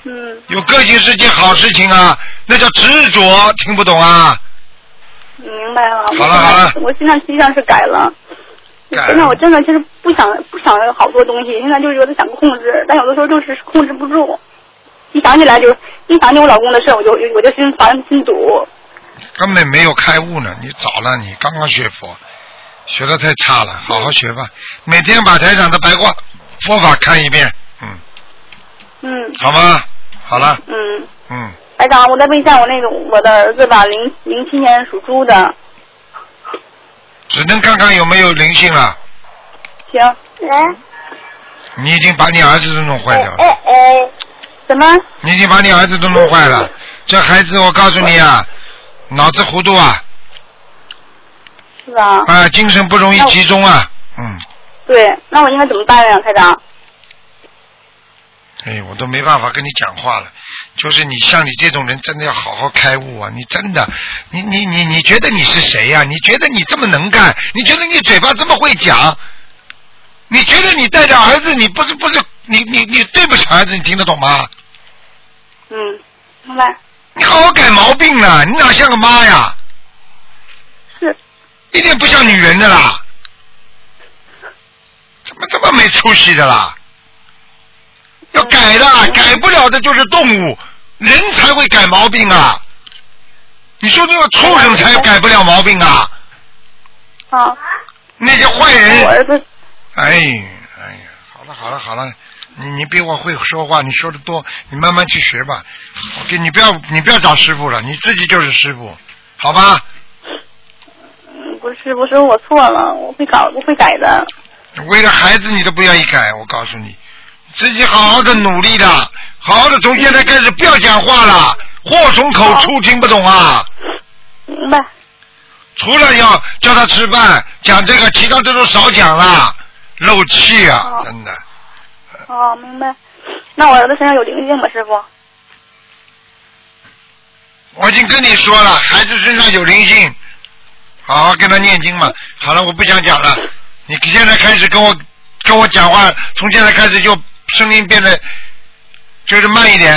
S5: 嗯
S1: 有个性是件好事情啊，那叫执着，听不懂啊？
S5: 明白了。
S1: 好了好了
S5: 我现在实际上是改了。
S1: 改了
S5: 现在我真的就是不想不想好多东西，现在就是有点想控制，但有的时候就是控制不住。一想起来就一想起我老公的事儿，我就我就心烦心堵。
S1: 根本没有开悟呢，你早了，你刚刚学佛，学的太差了，好好学吧，每天把台长的白话佛法看一遍，嗯，
S5: 嗯
S1: 好吗？好了，
S5: 嗯，
S1: 嗯，
S5: 台长，我再问一下我那个我的儿子吧，零零七年属猪的，
S1: 只能看看有没有灵性了。
S5: 行。
S1: 你已经把你儿子都弄坏掉了，
S5: 哎什么？嗯
S1: 你已经把你儿子都弄坏了。这孩子，我告诉你啊，脑子糊涂啊，
S5: 是吧？
S1: 啊，精神不容易集中啊，嗯，
S5: 对，那我应该怎么办呀，台长？
S1: 哎，我都没办法跟你讲话了。就是你像你这种人，真的要好好开悟啊！你真的，你你你你觉得你是谁呀、你觉得你这么能干？你觉得你嘴巴这么会讲？你觉得你带着儿子，你不是不是你你你对不起儿子，你听得懂吗？
S5: 嗯，明白。
S1: 你好好改毛病了，你哪像个妈呀？
S5: 是，
S1: 一点不像女人的啦，怎么这么没出息的啦？要改的，啊改不了的就是动物，人才会改毛病啊！你说这个畜生才改不了毛病啊！
S5: 啊，
S1: 那些坏
S5: 我
S1: 人，
S5: 儿子
S1: 哎哎呀，好了好了好了，你你比我会说话，你说的多，你慢慢去学吧。我给你不要你不要找师傅了，你自己就是师傅，好吧？
S5: 嗯不是不是我错了，我会搞我会改的。
S1: 为了孩子你都不愿意改，我告诉你，自己好好的努力的，好好的从现在开始不要讲话了，祸从口出，听不懂啊？
S5: 明白。
S1: 除了要叫他吃饭，讲这个，其他的都少讲了，漏气啊，
S5: 哦
S1: 真的。
S5: 哦，明白。那我儿子身上有灵性吗，师傅？
S1: 我已经跟你说了，孩子身上有灵性，好好跟他念经嘛。好了，我不想讲了，你现在开始跟我跟我讲话，从现在开始就声音变得就是慢一点，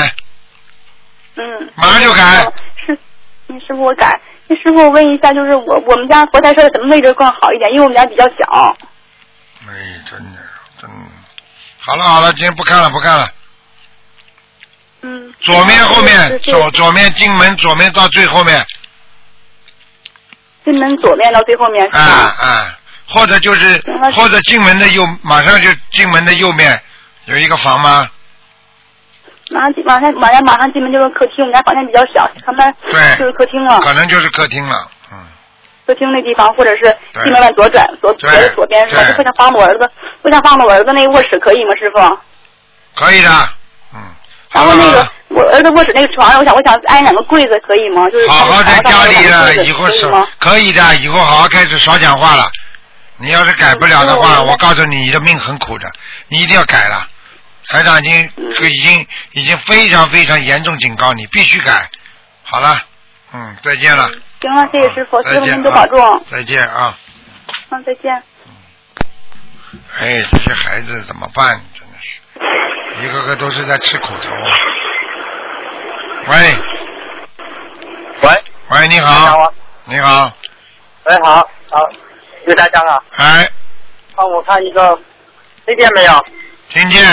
S5: 嗯。
S1: 马上就改。
S5: 是，嗯，师傅我改。那师傅我问一下，就是我我们家佛台设在什么位置更好一点？因为我们家比较小。
S1: 哎，真的，真的。好了好了，今天不看了不看了。
S5: 嗯。
S1: 左面后
S5: 是
S1: 面，
S5: 是
S1: 左左面进门，左面到最后面，
S5: 进门左面到最后面是
S1: 啊
S5: 吧？
S1: 啊，或者就是
S5: 行了
S1: 或者进门的右，马上就进门的右面有一个房吗？
S5: 马上进马上马上马上进门就是客厅，我们家房间比较小，他们
S1: 对
S5: 就是客厅了。
S1: 可能就是客厅了，嗯，
S5: 客厅那地方，或者是
S1: 对
S5: 进门往左转，左
S1: 对
S5: 左左边是吧？
S1: 对
S5: 就不想放我儿子，不想放我儿子那卧室可以吗，师傅？
S1: 可以的，嗯。
S5: 然
S1: 好
S5: 后
S1: 了
S5: 那
S1: 好
S5: 个
S1: 了，
S5: 我儿子卧室那个床上，我想我想安两个柜子可以吗？就是
S1: 好好在家里了，以后
S5: 可以
S1: 是
S5: 吗？
S1: 可以的，以后好好开始少讲话了。你要是改不了的话，
S5: 嗯
S1: 我告诉你，你的命很苦的，你一定要改了。台长已经
S5: 嗯
S1: 已经已经非常非常严重警告你，必须改。好了，嗯，再见了。啊
S5: 行了，嗯谢谢师傅，
S1: 再
S5: 师
S1: 见
S5: 傅您多保重，
S1: 啊再见啊！
S5: 嗯，再见。
S1: 哎，这些孩子怎么办？真的是，一个个都是在吃苦头啊。喂，
S2: 喂，
S1: 喂，你
S2: 台长
S5: 啊
S1: 好
S2: 吗，
S1: 你好，
S2: 喂，好，好，刘大江啊，
S1: 哎，
S2: 帮我看一个，听见没有？
S1: 听见？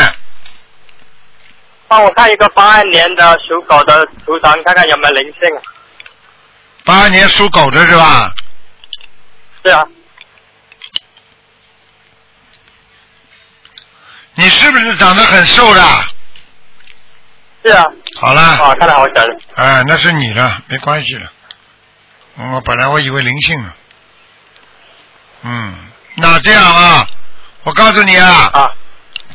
S2: 帮我看一个八二年的属狗的图腾，看看有没有灵性。
S1: 八二年属狗的是吧？
S2: 是啊，
S1: 你是不是长得很瘦的？
S2: 是是啊，
S1: 好啦，
S2: 啊，看得好小，
S1: 哎，那是你了，没关系了。我本来我以为灵性了，嗯，那这样啊，我告诉你啊，
S2: 啊，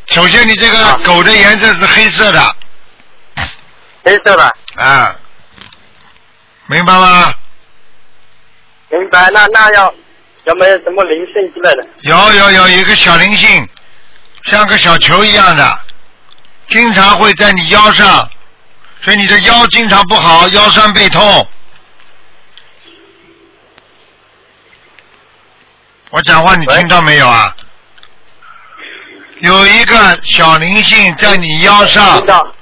S1: 首先你这
S2: 啊
S1: 个狗的颜色是黑色的，
S2: 黑色的，
S1: 啊，明白吗？
S2: 明白？那那要有没有什么灵性之类的？
S1: 有有有一个小灵性，像个小球一样的，经常会在你腰上，所以你的腰经常不好，腰酸背痛。我讲话你听到没有啊？有一个小灵性在你腰上
S2: 知，道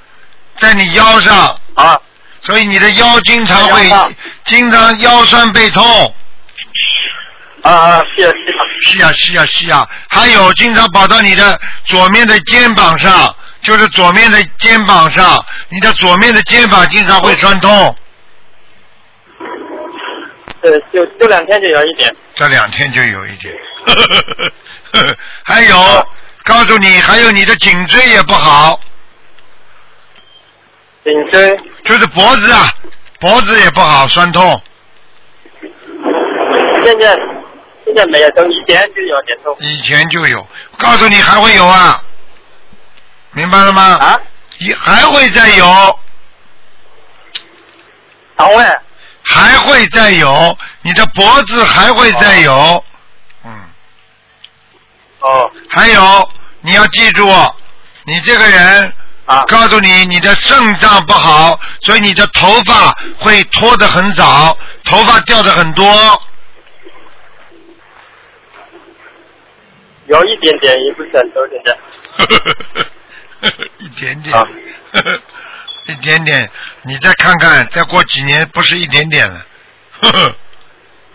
S1: 在你腰上，
S2: 啊，
S1: 所以你的腰经常
S2: 在腰
S1: 会
S2: 上
S1: 经常腰酸背痛。
S2: 啊啊，是啊
S1: 是
S2: 是啊，
S1: 呀、是呀、是呀、啊还有经常跑到你的左面的肩膀上，就是左面的肩膀上，你的左面的肩膀经常会酸痛，
S2: 对，就这两天就有一点，
S1: 这两天就有一点。 还有，告诉你，还有你的颈椎也不好，
S2: 颈椎
S1: 就是脖子啊，脖子也不好，酸痛，
S2: 现在现在没有痛，以前就有点痛
S1: 以前就有，告诉你还会有啊，明白了吗？
S2: 啊，
S1: 也还会再有，
S2: 肠胃
S1: 还会再有，你的脖子还会再有，嗯。
S2: 哦
S1: 还有，你要记住，你这个人，
S2: 啊
S1: 告诉你你的肾脏不好，所以你的头发会脱得很早，头发掉的很多。
S2: 有一点点，也不是很多，现在
S1: 一点点
S2: 啊，
S1: 一点点，你再看看，再过几年不是一点点了，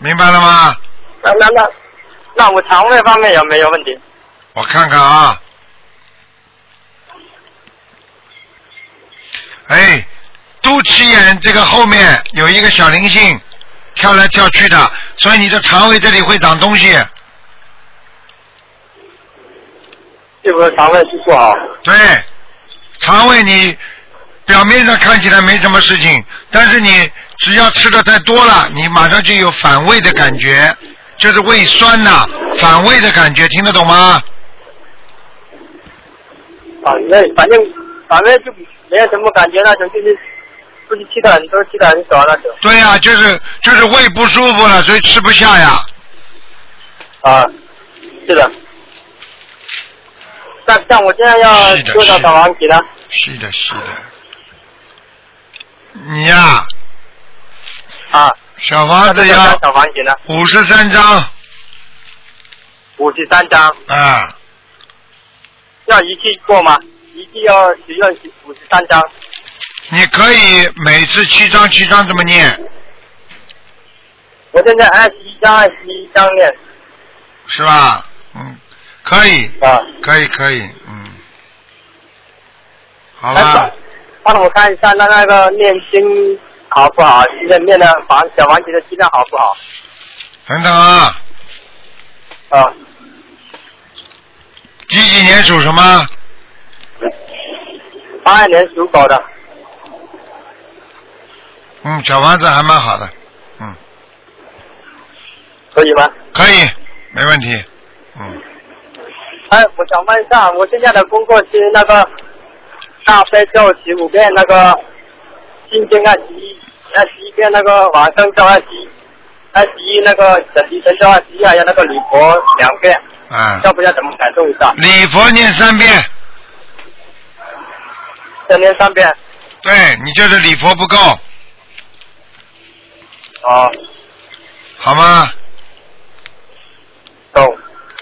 S1: 明白了吗？
S2: 那那那那我肠胃方面有没有问题？
S1: 我看看啊。哎，肚脐眼这个后面有一个小灵性，跳来跳去的，所以你的肠胃这里会长东西。
S2: 是不是肠胃是不啊好？
S1: 对，肠胃你表面上看起来没什么事情，但是你只要吃的太多了，你马上就有反胃的感觉，就是胃酸呐、反胃的感觉，听得懂吗？
S2: 反正反正反正就没有什么感觉那种，就是不是吃的很多，吃的很少那种
S1: 对呀、就是就是胃不舒服了，所以吃不下呀。
S2: 啊，是的。那像我现在要
S1: 是的
S2: 多少
S1: 是的
S2: 小房子呢？
S1: 是的，是的。你呀、
S2: 啊，
S1: 小房
S2: 那
S1: 子
S2: 多少
S1: 要
S2: 小房子呢？
S1: 五十三张
S2: 五十三张，
S1: 啊，
S2: 要一次过吗？一次要使用五十三张，
S1: 你可以每次七张七张这么念，
S2: 我现在二十一张，二十一张练
S1: 是吧？嗯，可以，
S2: 啊。
S1: 可以，可以，嗯，好
S2: 班
S1: 吧
S2: 长，，帮我看一下那那个念经好不好？现在念的房小房子的质量好不好？
S1: 等等啊，
S2: 啊，
S1: 几几年属什么？
S2: 八二年属狗的，
S1: 嗯，小房子还蛮好的，嗯，
S2: 可以吗？
S1: 可以，没问题，嗯，
S2: 哎，我想问一下，我现在的工作是那个大悲咒十五遍，那个心经二十一，二十一遍那个往生咒二十一，二十一那个整体神咒二十一，还有那个礼佛两遍，
S1: 啊，
S2: 要不要怎么改动一下？
S1: 礼佛念三遍，
S2: 再念三遍。
S1: 对你就是礼佛不够，
S2: 哦，
S1: 好吗？
S2: 懂。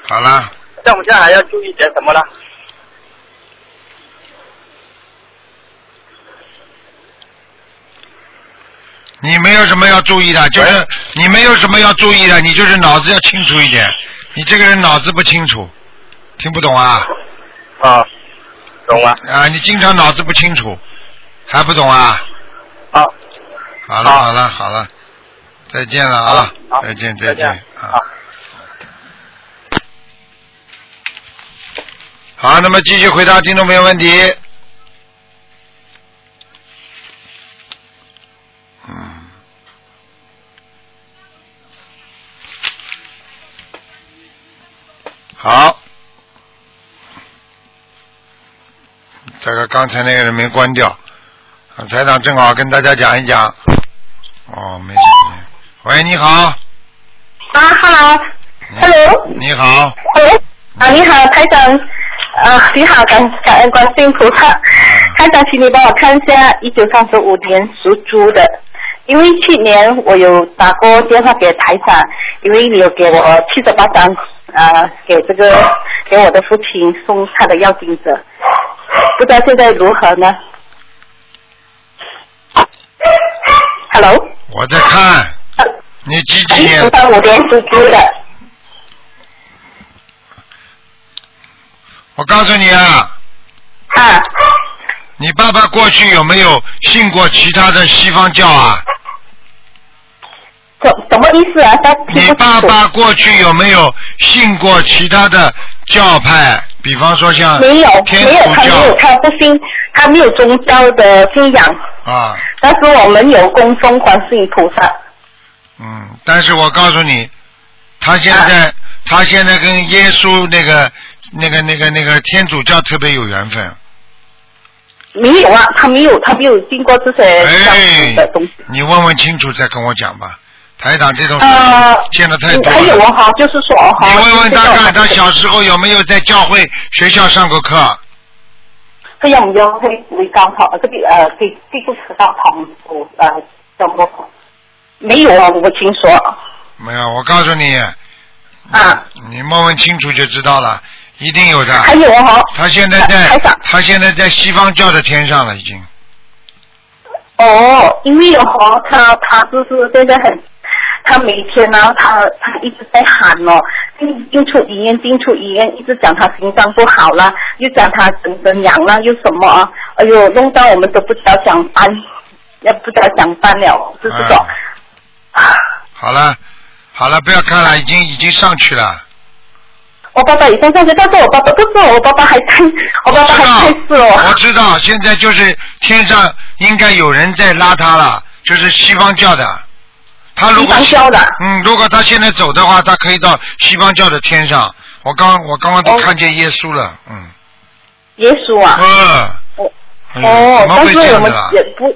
S1: 好了，
S2: 那我们现在还要注意点什么呢？
S1: 你没有什么要注意的，就是你没有什么要注意的，你就是脑子要清楚一点。你这个人脑子不清楚，听不懂啊？
S2: 啊，懂了。
S1: 啊，你经常脑子不清楚，还不懂啊？
S2: 好，
S1: 好了，
S2: 好
S1: 好了，好了，再见了啊！
S2: 好
S1: 再见，
S2: 再
S1: 见
S2: 见
S1: 啊！好，那么继续回答听众朋友问题。嗯好，这个刚才那个人没关掉，啊台长正好跟大家讲一讲。哦，没事。喂，你好。
S5: 啊，Hello，Hello，
S1: 你你好，
S5: 喂，啊，你好，台长，啊，你好，感感恩观世音菩萨，
S1: 啊
S5: 台长，请你帮我看一下一九三五年属猪的，因为去年我有打过电话给台长，因为你有给我七十八张，啊，给这个给我的父亲送他的药精者，不知道现在如何呢？Hello，
S1: 我在看。你几几
S5: 一九
S1: 年？
S5: 三五年属猪的，
S1: 我告诉你啊，
S5: 啊，
S1: 你爸爸过去有没有信过其他的西方教啊？
S5: 什什么意思啊？他听不
S1: 你
S5: 清
S1: 爸
S5: 楚
S1: 爸过去有没有信过其他的教派？比方说像
S5: 没有，
S1: 天
S5: 没有，
S1: 主
S5: 他没有，
S1: 教
S5: 他不信，他没有宗教的信仰，
S1: 啊，
S5: 但是我们有供奉观世音菩萨。
S1: 嗯，但是我告诉你，他现
S5: 啊
S1: 在、他现在跟耶稣那个那个那个那个天主教特别有缘分。
S5: 没有啊，他没有，他没有经过这些相
S1: 哎
S5: 关的东西。，
S1: 你问问清楚再跟我讲吧。台长这种事
S5: 呃
S1: 情见的太多
S5: 还有
S1: 了。
S5: 哦哈，就是说哦哈，
S1: 你问问
S5: 就是
S1: 他
S5: 说
S1: 看他小时候有没有在教会学校上过课？
S5: 佢有唔有去會教堂？嗰啲誒基基督教堂度誒有冇？沒有啊，我聽說。
S1: 没有，我告诉你，
S5: 啊，
S1: 你问问清楚就知道了，一定有的。
S5: 還有哦哈，
S1: 他现在在
S5: 台长，
S1: 他现在在西方教的天上了，已经。
S5: 哦，因为哦，他他就是现在很，他每天呢、他他一直在喊哦，进进出医院，进出医院，一直讲他心脏不好啦，又讲他整身痒啦，又什么啊，哎呦，弄到我们都不知道想搬，也不知道想搬了，就是说，
S1: 啊好了，好了，不要看了，已经已经上去了。
S5: 我爸爸也在上学，但是我爸爸不是哦我爸爸还在，我爸爸还在世
S1: 我
S5: 哦，
S1: 知道，现在就是天上应该有人在拉他了，就是西方教的。他如
S5: 西
S1: 果
S5: 方教的，
S1: 嗯，如果他现在走的话，他可以到西方教的天上。我刚我刚刚都
S5: 哦
S1: 看见耶稣了，嗯，
S5: 耶稣啊，
S1: 呃，
S5: 哦
S1: 哎呦
S5: 哦
S1: 怎，么
S5: 但
S1: 会
S5: 是
S1: 这
S5: 我
S1: 样
S5: 们
S1: 的啦？
S5: 也不，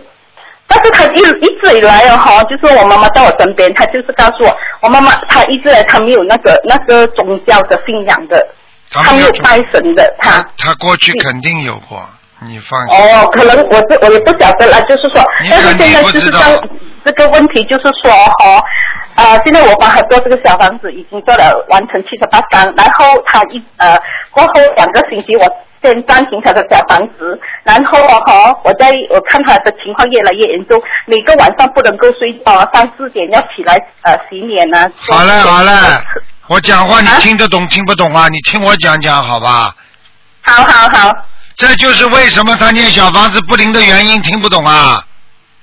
S5: 但是他一一直以来哦，哈，就是我妈妈在我身边，她就是告诉我，我妈妈她一直来她没有那个那个宗教的信仰的，
S1: 他
S5: 她没有
S1: 走
S5: 拜神的，她
S1: 他过去肯定有过，你放心。
S5: 啊哦，可能我这我也不晓得啦，就是说
S1: 你，
S5: 但是
S1: 肯定
S5: 现在
S1: 不
S5: 就是
S1: 知道
S5: 当这个问题就是说哦。呃，现在我帮他做这个小房子，已经做了完成七十八张，然后他一呃过后两个星期我先暂停他的小房子，然后哦哈、我在我看他的情况越来越严重，每个晚上不能够睡觉，三四点要起来呃洗脸啊。做
S1: 好嘞好嘞，我讲话你
S5: 啊
S1: 听得懂听不懂啊？你听我讲讲好吧？
S5: 好好好，
S1: 这就是为什么他念小房子不灵的原因，听不懂啊？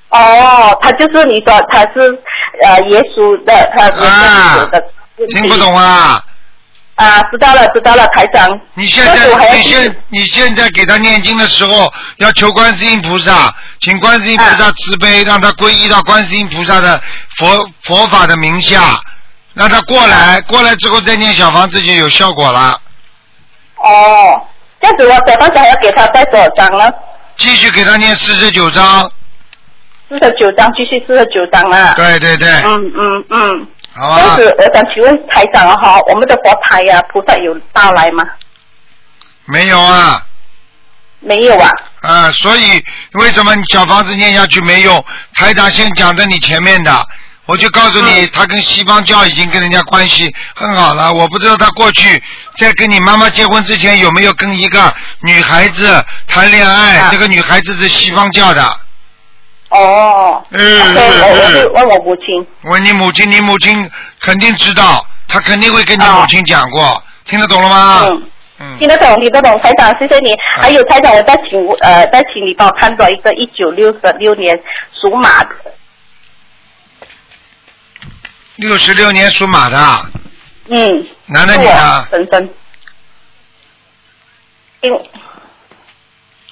S5: 哦，他就是你说他是呃耶稣的，他是耶稣的
S1: 啊
S5: 问题。
S1: 听不懂啊？
S5: 啊，知道了，知道了，台长。
S1: 你现
S5: 但是我还
S1: 在
S5: 要
S1: 你现你现在给他念经的时候，要求观世音菩萨，请观世音菩
S5: 啊
S1: 萨慈悲，让他皈依到观世音菩萨的佛佛法的名下，让他过
S5: 啊
S1: 来，过来之后再念小房子就有效果了。
S5: 哦，这样子我小房子还要给他再多少张呢？
S1: 继续给他念四十九章，
S5: 四十九张，继续四十九张啦。
S1: 对啊对对，
S5: 嗯嗯嗯。
S1: 好
S5: 这样
S1: 吧，
S5: 子，我想请问台长啊哈，我们的佛台呀、菩萨有到来吗？
S1: 没有啊，
S5: 没有啊。
S1: 啊，所以为什么你小房子念下去没用？台长先讲的你前面的，我就告诉你，他跟西方教已经跟人家关系很好了。我不知道他过去在跟你妈妈结婚之前有没有跟一个女孩子谈恋爱，
S5: 啊
S1: 这个女孩子是西方教的。
S5: 哦。
S1: 嗯
S5: OK，我我
S1: 嗯
S5: 就问我母亲。
S1: 问你母亲，你母亲肯定知道，她肯定会跟你母亲讲过，听得懂了吗？
S5: 嗯。
S1: 嗯
S5: 听得懂，听得懂，台长，谢谢你。还有台长，我再请呃，再请你帮我看到一个一九六六年属马的，
S1: 六十六年属马的啊，
S5: 嗯，
S1: 男的
S5: 是
S1: 女
S5: 我
S1: 的啊？
S5: 本身，因为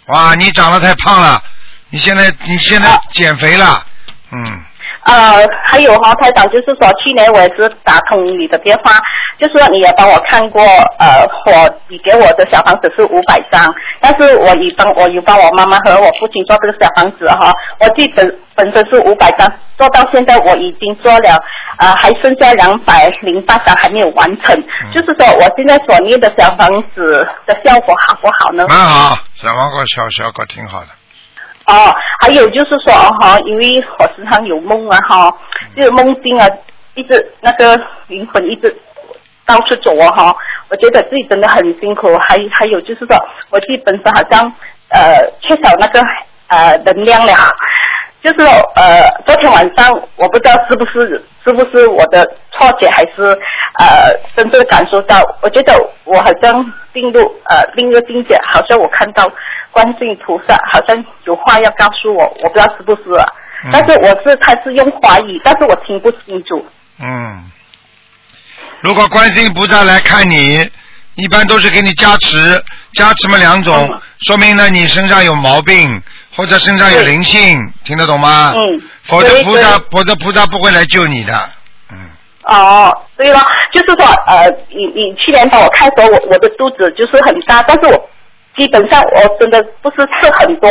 S1: 哇，你长得太胖了，你现在你现在减肥了，嗯，
S5: 呃，还有哈、台长，就是说去年我也是打通你的电话，就是说你也帮我看过，呃，我你给我的小房子是五百张，但是我已帮我有帮我妈妈和我父亲做这个小房子哈、我自己本本身是五百张，做到现在我已经做了，呃，还剩下两百零八张还没有完成，就是说我现在所念的小房子的效果好不好呢？
S1: 蛮好，小王哥小小哥挺好的，
S5: 哦，还有就是说哈，因为我时常有梦啊哈，就是梦境啊，一直那个灵魂一直到处走啊哈，我觉得自己真的很辛苦。还还有就是说，我自己本身好像呃缺少那个呃能量了。就是说呃，昨天晚上我不知道是不是是不是我的错觉，还是呃真正感受到，我觉得我好像进入呃另一个境界，好像我看到观世音菩萨，好像有话要告诉我，我不知道是不是、啊
S1: 嗯
S5: 但是我是他是用华语，但是我听不清楚。
S1: 嗯。如果观世音菩萨来看你，一般都是给你加持，加持嘛两种，
S5: 嗯
S1: 说明呢你身上有毛病或者身上有灵性，听得懂吗？
S5: 嗯
S1: 否则
S5: 对
S1: 菩萨
S5: 对，
S1: 否则菩萨不会来救你的。嗯。
S5: 哦，对了，就是说，呃，你你去年帮我看的时候，我我的肚子就是很大，但是我基本上我真的不是吃很多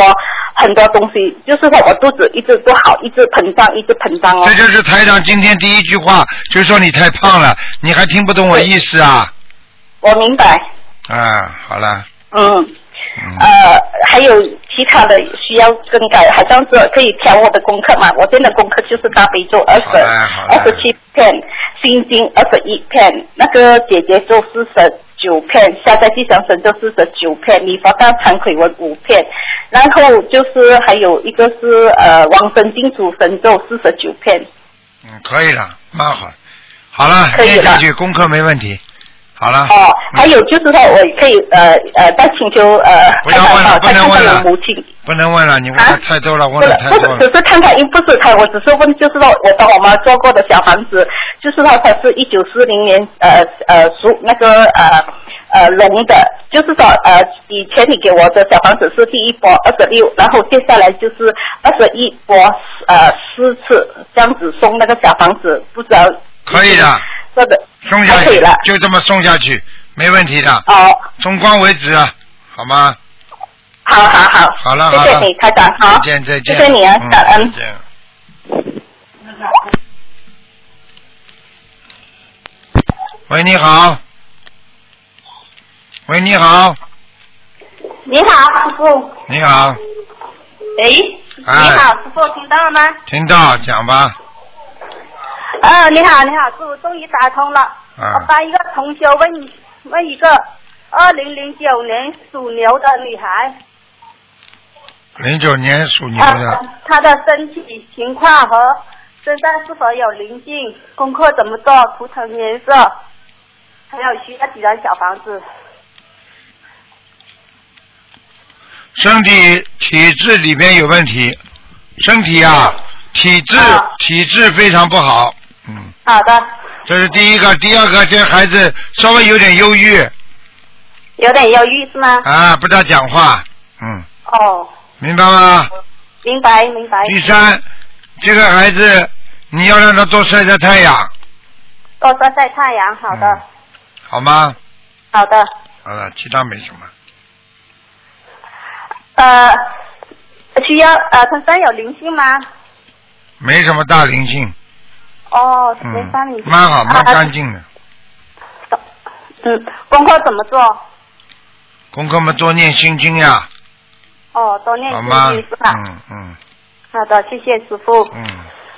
S5: 很多东西，就是说我肚子一直不好，一直膨胀，一直膨胀哦
S1: 这。就是台长今天第一句话，就是说你太胖了，你还听不懂我意思啊？
S5: 我明白，
S1: 啊，好了，
S5: 嗯，
S1: 嗯，
S5: 呃，还有其他的需要更改，好像是可以调我的功课嘛。我现在功课就是大悲咒二
S1: 好
S5: 十
S1: 嘞好嘞
S5: 二十七片，心经二十一片，那个姐姐咒四十九片，下载吉祥神咒四十九片，礼佛大忏悔文五片，然后就是还有一个是呃往生净土神咒四十九片。
S1: 嗯，可以了，蛮好。好了，
S5: 可以
S1: 念下
S5: 了
S1: 去，功课没问题。好了。嗯
S5: 哦，还有就是说我可以呃呃再请求呃
S1: 不
S5: 台
S1: 要
S5: 长
S1: 问了不
S5: 帮我再
S1: 能
S5: 看
S1: 问
S5: 看
S1: 了
S5: 我母亲。
S1: 不能问了，你问的
S5: 啊
S1: 太多了，问
S5: 不
S1: 的
S5: 是
S1: 太
S5: 不
S1: 多
S5: 是，
S1: 了。
S5: 只是看看，因不是他，我只是问，就是说我帮我妈做过的小房子，就是说他是一九四零年呃呃属那个呃呃龙的，就是说呃以前你给我的小房子是第一波二十六，然后接下来就是二十一波呃四次这样子送那个小房子，不知道
S1: 可以的，
S5: 这个
S1: 送下
S5: 还啊可以
S1: 去
S5: 了，
S1: 就这么送下去，没问题的，
S5: 哦，
S1: 送光为止，啊好吗？
S5: 好好好，
S1: 好了，
S5: 谢
S1: 好
S5: 谢
S1: 了
S5: 你，台长，好
S1: 再，见，再见，
S5: 谢谢你啊
S1: 嗯，
S5: 感恩。
S1: 再见。喂，你好。喂，你好，
S3: 你好，师傅。
S1: 你好，
S3: 哎，你好，师傅，听到了吗？
S1: 听到讲吧，
S3: 呃，你好，你好，师傅，终于打通了。
S1: 啊
S3: 我帮一个同学问一问一个二零零九年属牛的女孩，
S1: 零九年属牛
S3: 她
S1: 的，
S3: 她的身体情况和身上是否有灵性，功课怎么做，图腾颜色，还有需要几张小房子。
S1: 身体体质里边有问题，身体啊，体质
S3: 嗯啊
S1: 体质非常不好，嗯，
S3: 好的，
S1: 这是第一个，第二个，这孩子稍微有点忧郁
S3: 有点忧郁是吗？
S1: 啊，不大讲话，嗯，
S3: 哦，
S1: 明白吗？
S3: 明白明白，
S1: 第三，这个孩子你要让他多晒晒太阳，
S3: 多晒晒太阳，好的、
S1: 嗯好吗？
S3: 好的。
S1: 好了，其他没什么，
S3: 呃，需要呃，身上有灵性吗？
S1: 没什么大灵性，
S3: 哦，没
S1: 嗯
S3: 三灵，性。啊
S1: 蛮好，蛮干
S3: 净。
S1: 净的。
S3: 嗯，功课怎么做？
S1: 功课们多念心经呀，
S3: 哦，多念
S1: 好
S3: 心
S1: 吗
S3: 经是？吧？
S1: 嗯嗯
S3: 好的，谢谢师傅。
S1: 嗯，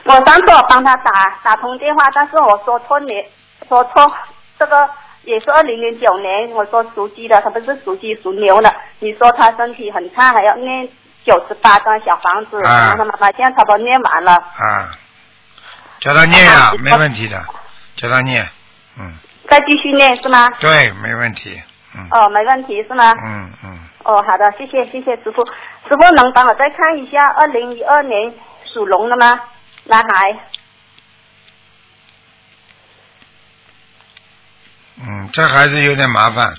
S3: 我上次我帮他打打通电话，但是我说错年，说错这个也是二零零九年，我说属鸡的，他不是属鸡属牛的。你说他身体很差，还要念九十八张小房子，
S1: 啊
S3: 然后他妈妈现在差不多念完了。
S1: 啊，叫他念呀
S3: 好，吧
S1: 没问题的，叫他念，嗯，
S3: 再继续念是吗？
S1: 对，没问题，嗯
S3: 哦，没问题是吗？
S1: 嗯嗯，
S3: 哦，好的，谢谢谢谢师傅。师傅能帮我再看一下二零一二年属龙的吗？男孩，
S1: 嗯，这孩子有点麻烦，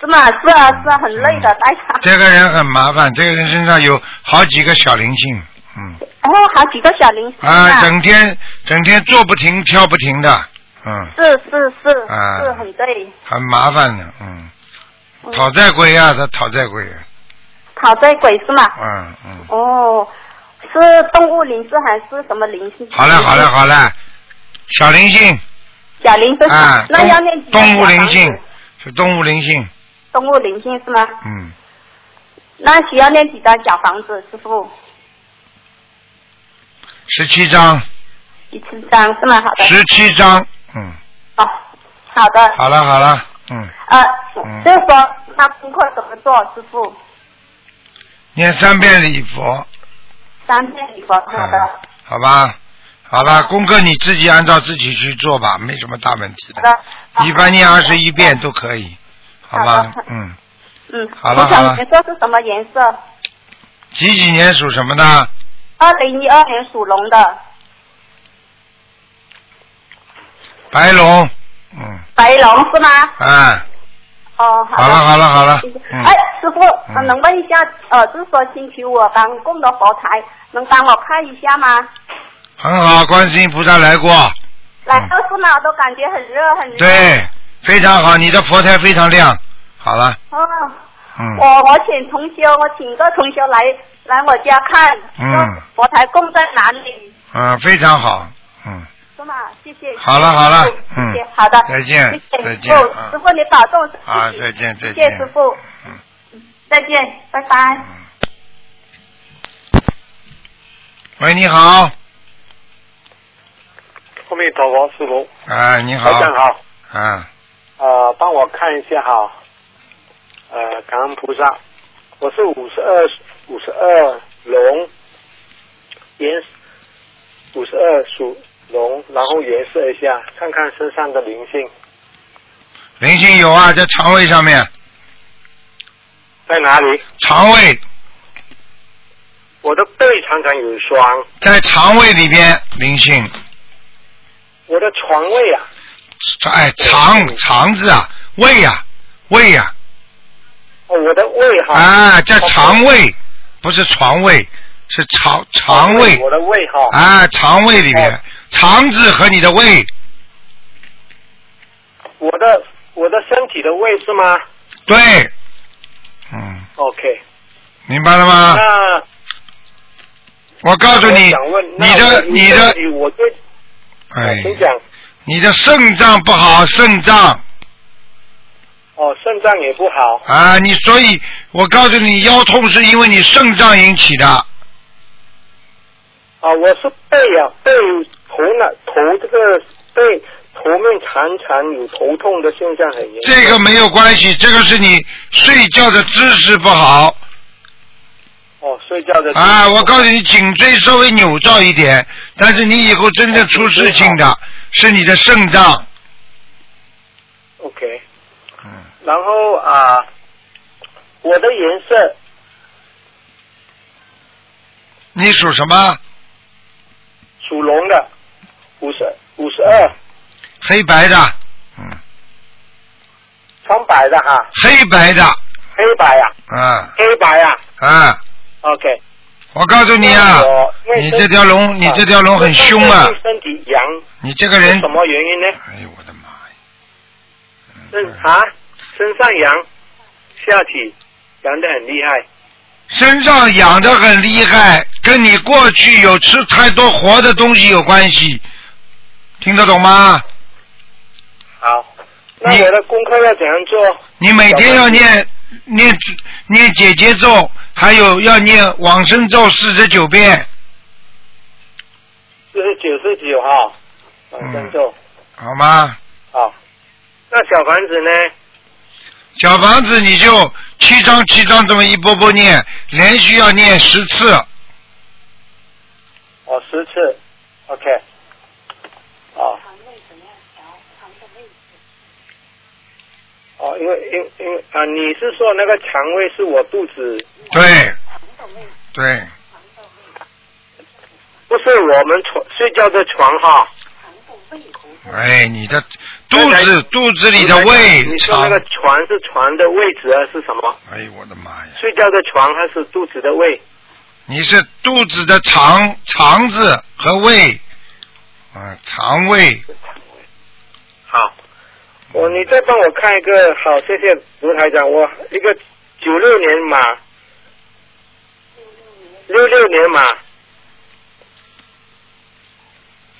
S3: 是吗？是啊是啊，很累的，
S1: 嗯
S3: 带他。
S1: 这个人很麻烦，这个人身上有好几个小灵性，嗯，
S3: 哎，后好几个小灵性
S1: 啊，整天整天坐不停、跳不停的，嗯，
S3: 是是是、
S1: 啊
S3: 是很对，
S1: 很麻烦的，嗯，
S3: 嗯
S1: 讨债鬼呀、他讨债鬼，
S3: 讨债鬼是吗？
S1: 嗯嗯，
S3: 哦，是动物灵性还是什么灵性？
S1: 好了好了好了，小灵性
S3: 小灵性、
S1: 啊，
S3: 那要念
S1: 动
S3: 几张
S1: 动物
S3: 小
S1: 灵
S3: 房子
S1: 性是动物灵性，
S3: 动物灵性是吗？
S1: 嗯，
S3: 那需要念几张小房子，师傅？
S1: 十七章
S3: 一千张是吗？好的。
S1: 十七章，嗯，
S3: 哦，好的。
S1: 好了好了，嗯，
S3: 呃，
S1: 嗯
S3: 就是说他功课怎么做，师傅？
S1: 念三遍礼佛，
S3: 三遍礼佛，好的，
S1: 嗯好吧，好了，功课你自己按照自己去做吧，没什么大问题
S3: 好
S1: 的。
S3: 的。好
S1: 一般念二十一遍。都可以，好
S3: 好
S1: 吧
S3: 的？
S1: 嗯，
S3: 嗯，
S1: 好了
S3: 我想
S1: 好了
S3: 颜色是什么颜色？
S1: 几几年属什么的？
S3: 二零一二年属龙的
S1: 白龙，嗯，
S3: 白龙是吗？
S1: 啊，
S3: 哦，
S1: 好
S3: 的
S1: 了好了好了
S3: 谢谢，
S1: 嗯
S3: 哎，，师傅，呃
S1: 嗯
S3: 能问一下，呃，就是说星期五刚供的佛台，能帮我看一下
S1: 嗯
S3: 吗？
S1: 很好，观世音菩萨来过，
S3: 来
S1: 嗯
S3: 到是吗？我都感觉很热，很热。。
S1: 对，非常好，你的佛台非常亮，好了，
S3: 哦，我
S1: 嗯，
S3: 我请同修，我请个同修来来我家看，
S1: 嗯
S3: 说佛台供在哪里？
S1: 啊，非常好，嗯，
S3: 是吗？谢谢。
S1: 好了好了
S3: 谢谢谢
S1: 嗯
S3: 谢，好的，
S1: 再见
S3: 谢谢
S1: 再
S3: 师
S1: 见
S3: 傅
S1: 啊
S3: 师傅你保重身体。
S1: 啊，再见再
S3: 谢谢
S1: 见，
S3: 师傅，
S1: 嗯
S3: 再见，拜拜。
S1: 嗯。喂，你好，
S6: 后面头王是龙，
S1: 啊，你好
S6: 台，长好，
S1: 啊，
S6: 呃，帮我看一下哈，呃，感恩菩萨，我是五十二五十二龙，颜五十二属龙，然后颜色一下，看看身上的灵性
S1: 灵性有啊，在肠胃上面，
S6: 在哪里。
S1: 肠胃
S6: 我的背常常有霜，
S1: 在肠胃里边灵性，
S6: 我的床位啊，
S1: 哎，肠肠子啊，胃啊，胃啊，
S6: 哦，我的胃哈，
S1: 啊，在肠胃，不是床位，是肠肠胃
S6: 我的胃哈，
S1: 啊，肠胃里面
S6: 哦，
S1: 肠子和你的胃，
S6: 我的我的身体的胃是吗
S1: 对，嗯，
S6: ？OK，
S1: 明白了吗？
S6: 那。
S1: 我告诉啊你
S6: 我想问，
S1: 你的你的，
S6: 我最
S1: 哎，
S6: 请讲
S1: 你的肾脏不好，肾脏
S6: 哦，肾脏也不好，
S1: 啊，你所以，我告诉你，腰痛是因为你肾脏引起的，
S6: 啊，我是背啊背头呢头这个背头面常常有头痛的现象很严重，
S1: 这个没有关系，这个是你睡觉的姿势不好。
S6: 哦睡觉的时候
S1: 啊，我告诉你，颈椎稍微扭造一点，但是你以后真正出事情的是你的肾脏。
S6: OK，
S1: 嗯，
S6: 然后啊，我的颜色
S1: 你属什么？
S6: 属龙的，五十五十二
S1: 黑白的。嗯，
S6: 穿白的哈，
S1: 黑白的。
S6: 黑白啊
S1: 啊
S6: 黑白啊
S1: 啊！
S6: ，OK，
S1: 我告诉你啊
S6: 那我，
S1: 你这条龙，你这条龙很凶啊！
S6: 身体阳，
S1: 你这个
S6: 是
S1: 人
S6: 什，么原因呢？
S1: 哎呦我的妈呀！嗯
S6: 身啊，身上阳，下体阳的很厉害。
S1: 身上痒得很厉害，跟你过去有吃太多活的东西有关系，听得懂吗？
S6: 好，那
S1: 你
S6: 我的功课要怎样做？
S1: 你每天要念念念姐姐咒，还有要念往生咒四十九遍，
S6: 这是九十九号，啊往生咒。
S1: 好吗？
S6: 好，啊那小房子呢？
S1: 小房子你就七张七张这么一波波念，连续要念十次。
S6: 哦，十次，OK。哦。哦，因为因因为啊，你是说那个肠胃是我肚子，
S1: 对，对，
S6: 不是我们床睡觉的床哈？
S1: 哎，你的肚子肚子里的
S6: 你
S1: 胃
S6: 说那
S1: 肠
S6: 个，床是床的位置还是什么？
S1: 哎呦我的妈呀！
S6: 睡觉的床还是肚子的胃？
S1: 你是肚子的肠肠子和胃，啊，肠胃
S6: 好，我啊哦你再帮我看一个，好，谢谢卢台长，我一个九六年马，六六年马，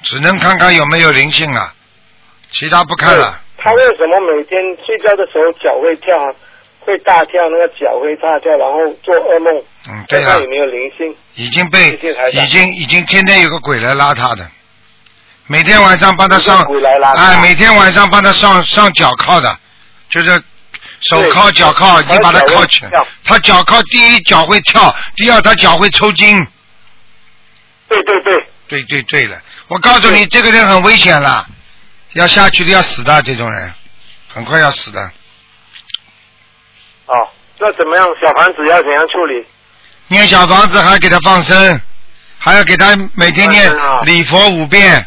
S1: 只能看看有没有灵性了，其他不看了。
S6: 他为什么每天睡觉的时候脚会跳，会大跳，那个脚会大跳，然后做噩梦？
S1: 嗯，对了
S6: 看看有，没有灵性？
S1: 已经被
S6: 谢谢台长
S1: 已经已经天天有个鬼来拉他的，每天晚上帮他上
S6: 有个鬼来拉他
S1: 哎，每天晚上帮他上上脚铐的，就是手铐
S6: 对
S1: 脚铐，你把他铐起来
S6: 他脚会跳。
S1: 他脚铐第一脚会跳，第二他脚会抽筋。
S6: 对对对，
S1: 对对对了，我告诉你，这个人很危险了，要下去的要死的，这种人很快要死的。
S6: 哦，那怎么样？小房子要怎样处理？
S1: 念小房子还给他放生，还要给他每天念
S6: 放生啊
S1: 礼佛五遍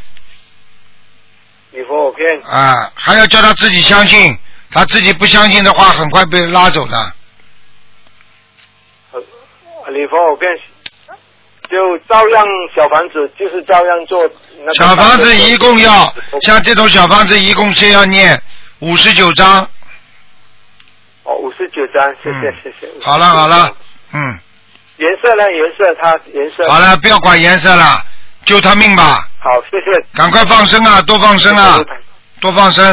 S6: 你说我骗
S1: 啊，还要叫他自己相信，他自己不相信的话，很快被拉走的。
S6: 礼佛我变，就照样小房子，就是照样做那个。
S1: 小房子一共要像这种小房子一共是要念五十九章，
S6: 哦五十九张，谢谢、
S1: 嗯
S6: 谢谢。
S1: 好了好了，嗯，
S6: 颜色呢？颜色它颜色
S1: 好了，不要管颜色了，救他命吧，
S6: 好，谢谢。
S1: 赶快放生啊，多放生啊，多放生。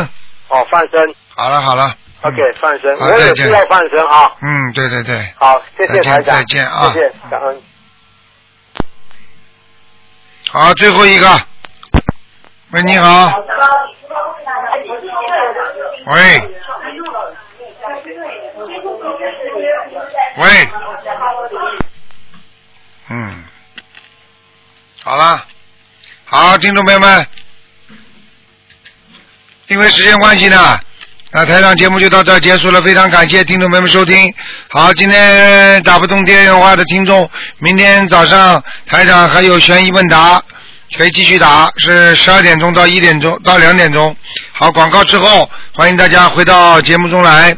S6: 哦，放生
S1: 好了好了，
S6: ，OK，放生，
S1: 好
S6: 我
S1: 再
S6: 也
S1: 见
S6: 是要放生啊。
S1: 嗯，对对对，
S6: 好，谢谢
S1: 再见
S6: 台长，
S1: 再见啊
S6: 谢谢，感恩。
S1: 好，最后一个。喂，你好，喂喂，嗯，好了，好，听众朋友们，因为时间关系呢，那台上节目就到这儿结束了，非常感谢听众朋友们收听。好，今天打不通电话的听众，明天早上台长还有悬疑问答，可以继续打，是十二点钟到一点钟到两点钟。好，广告之后，欢迎大家回到节目中来，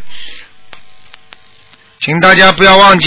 S1: 请大家不要忘记。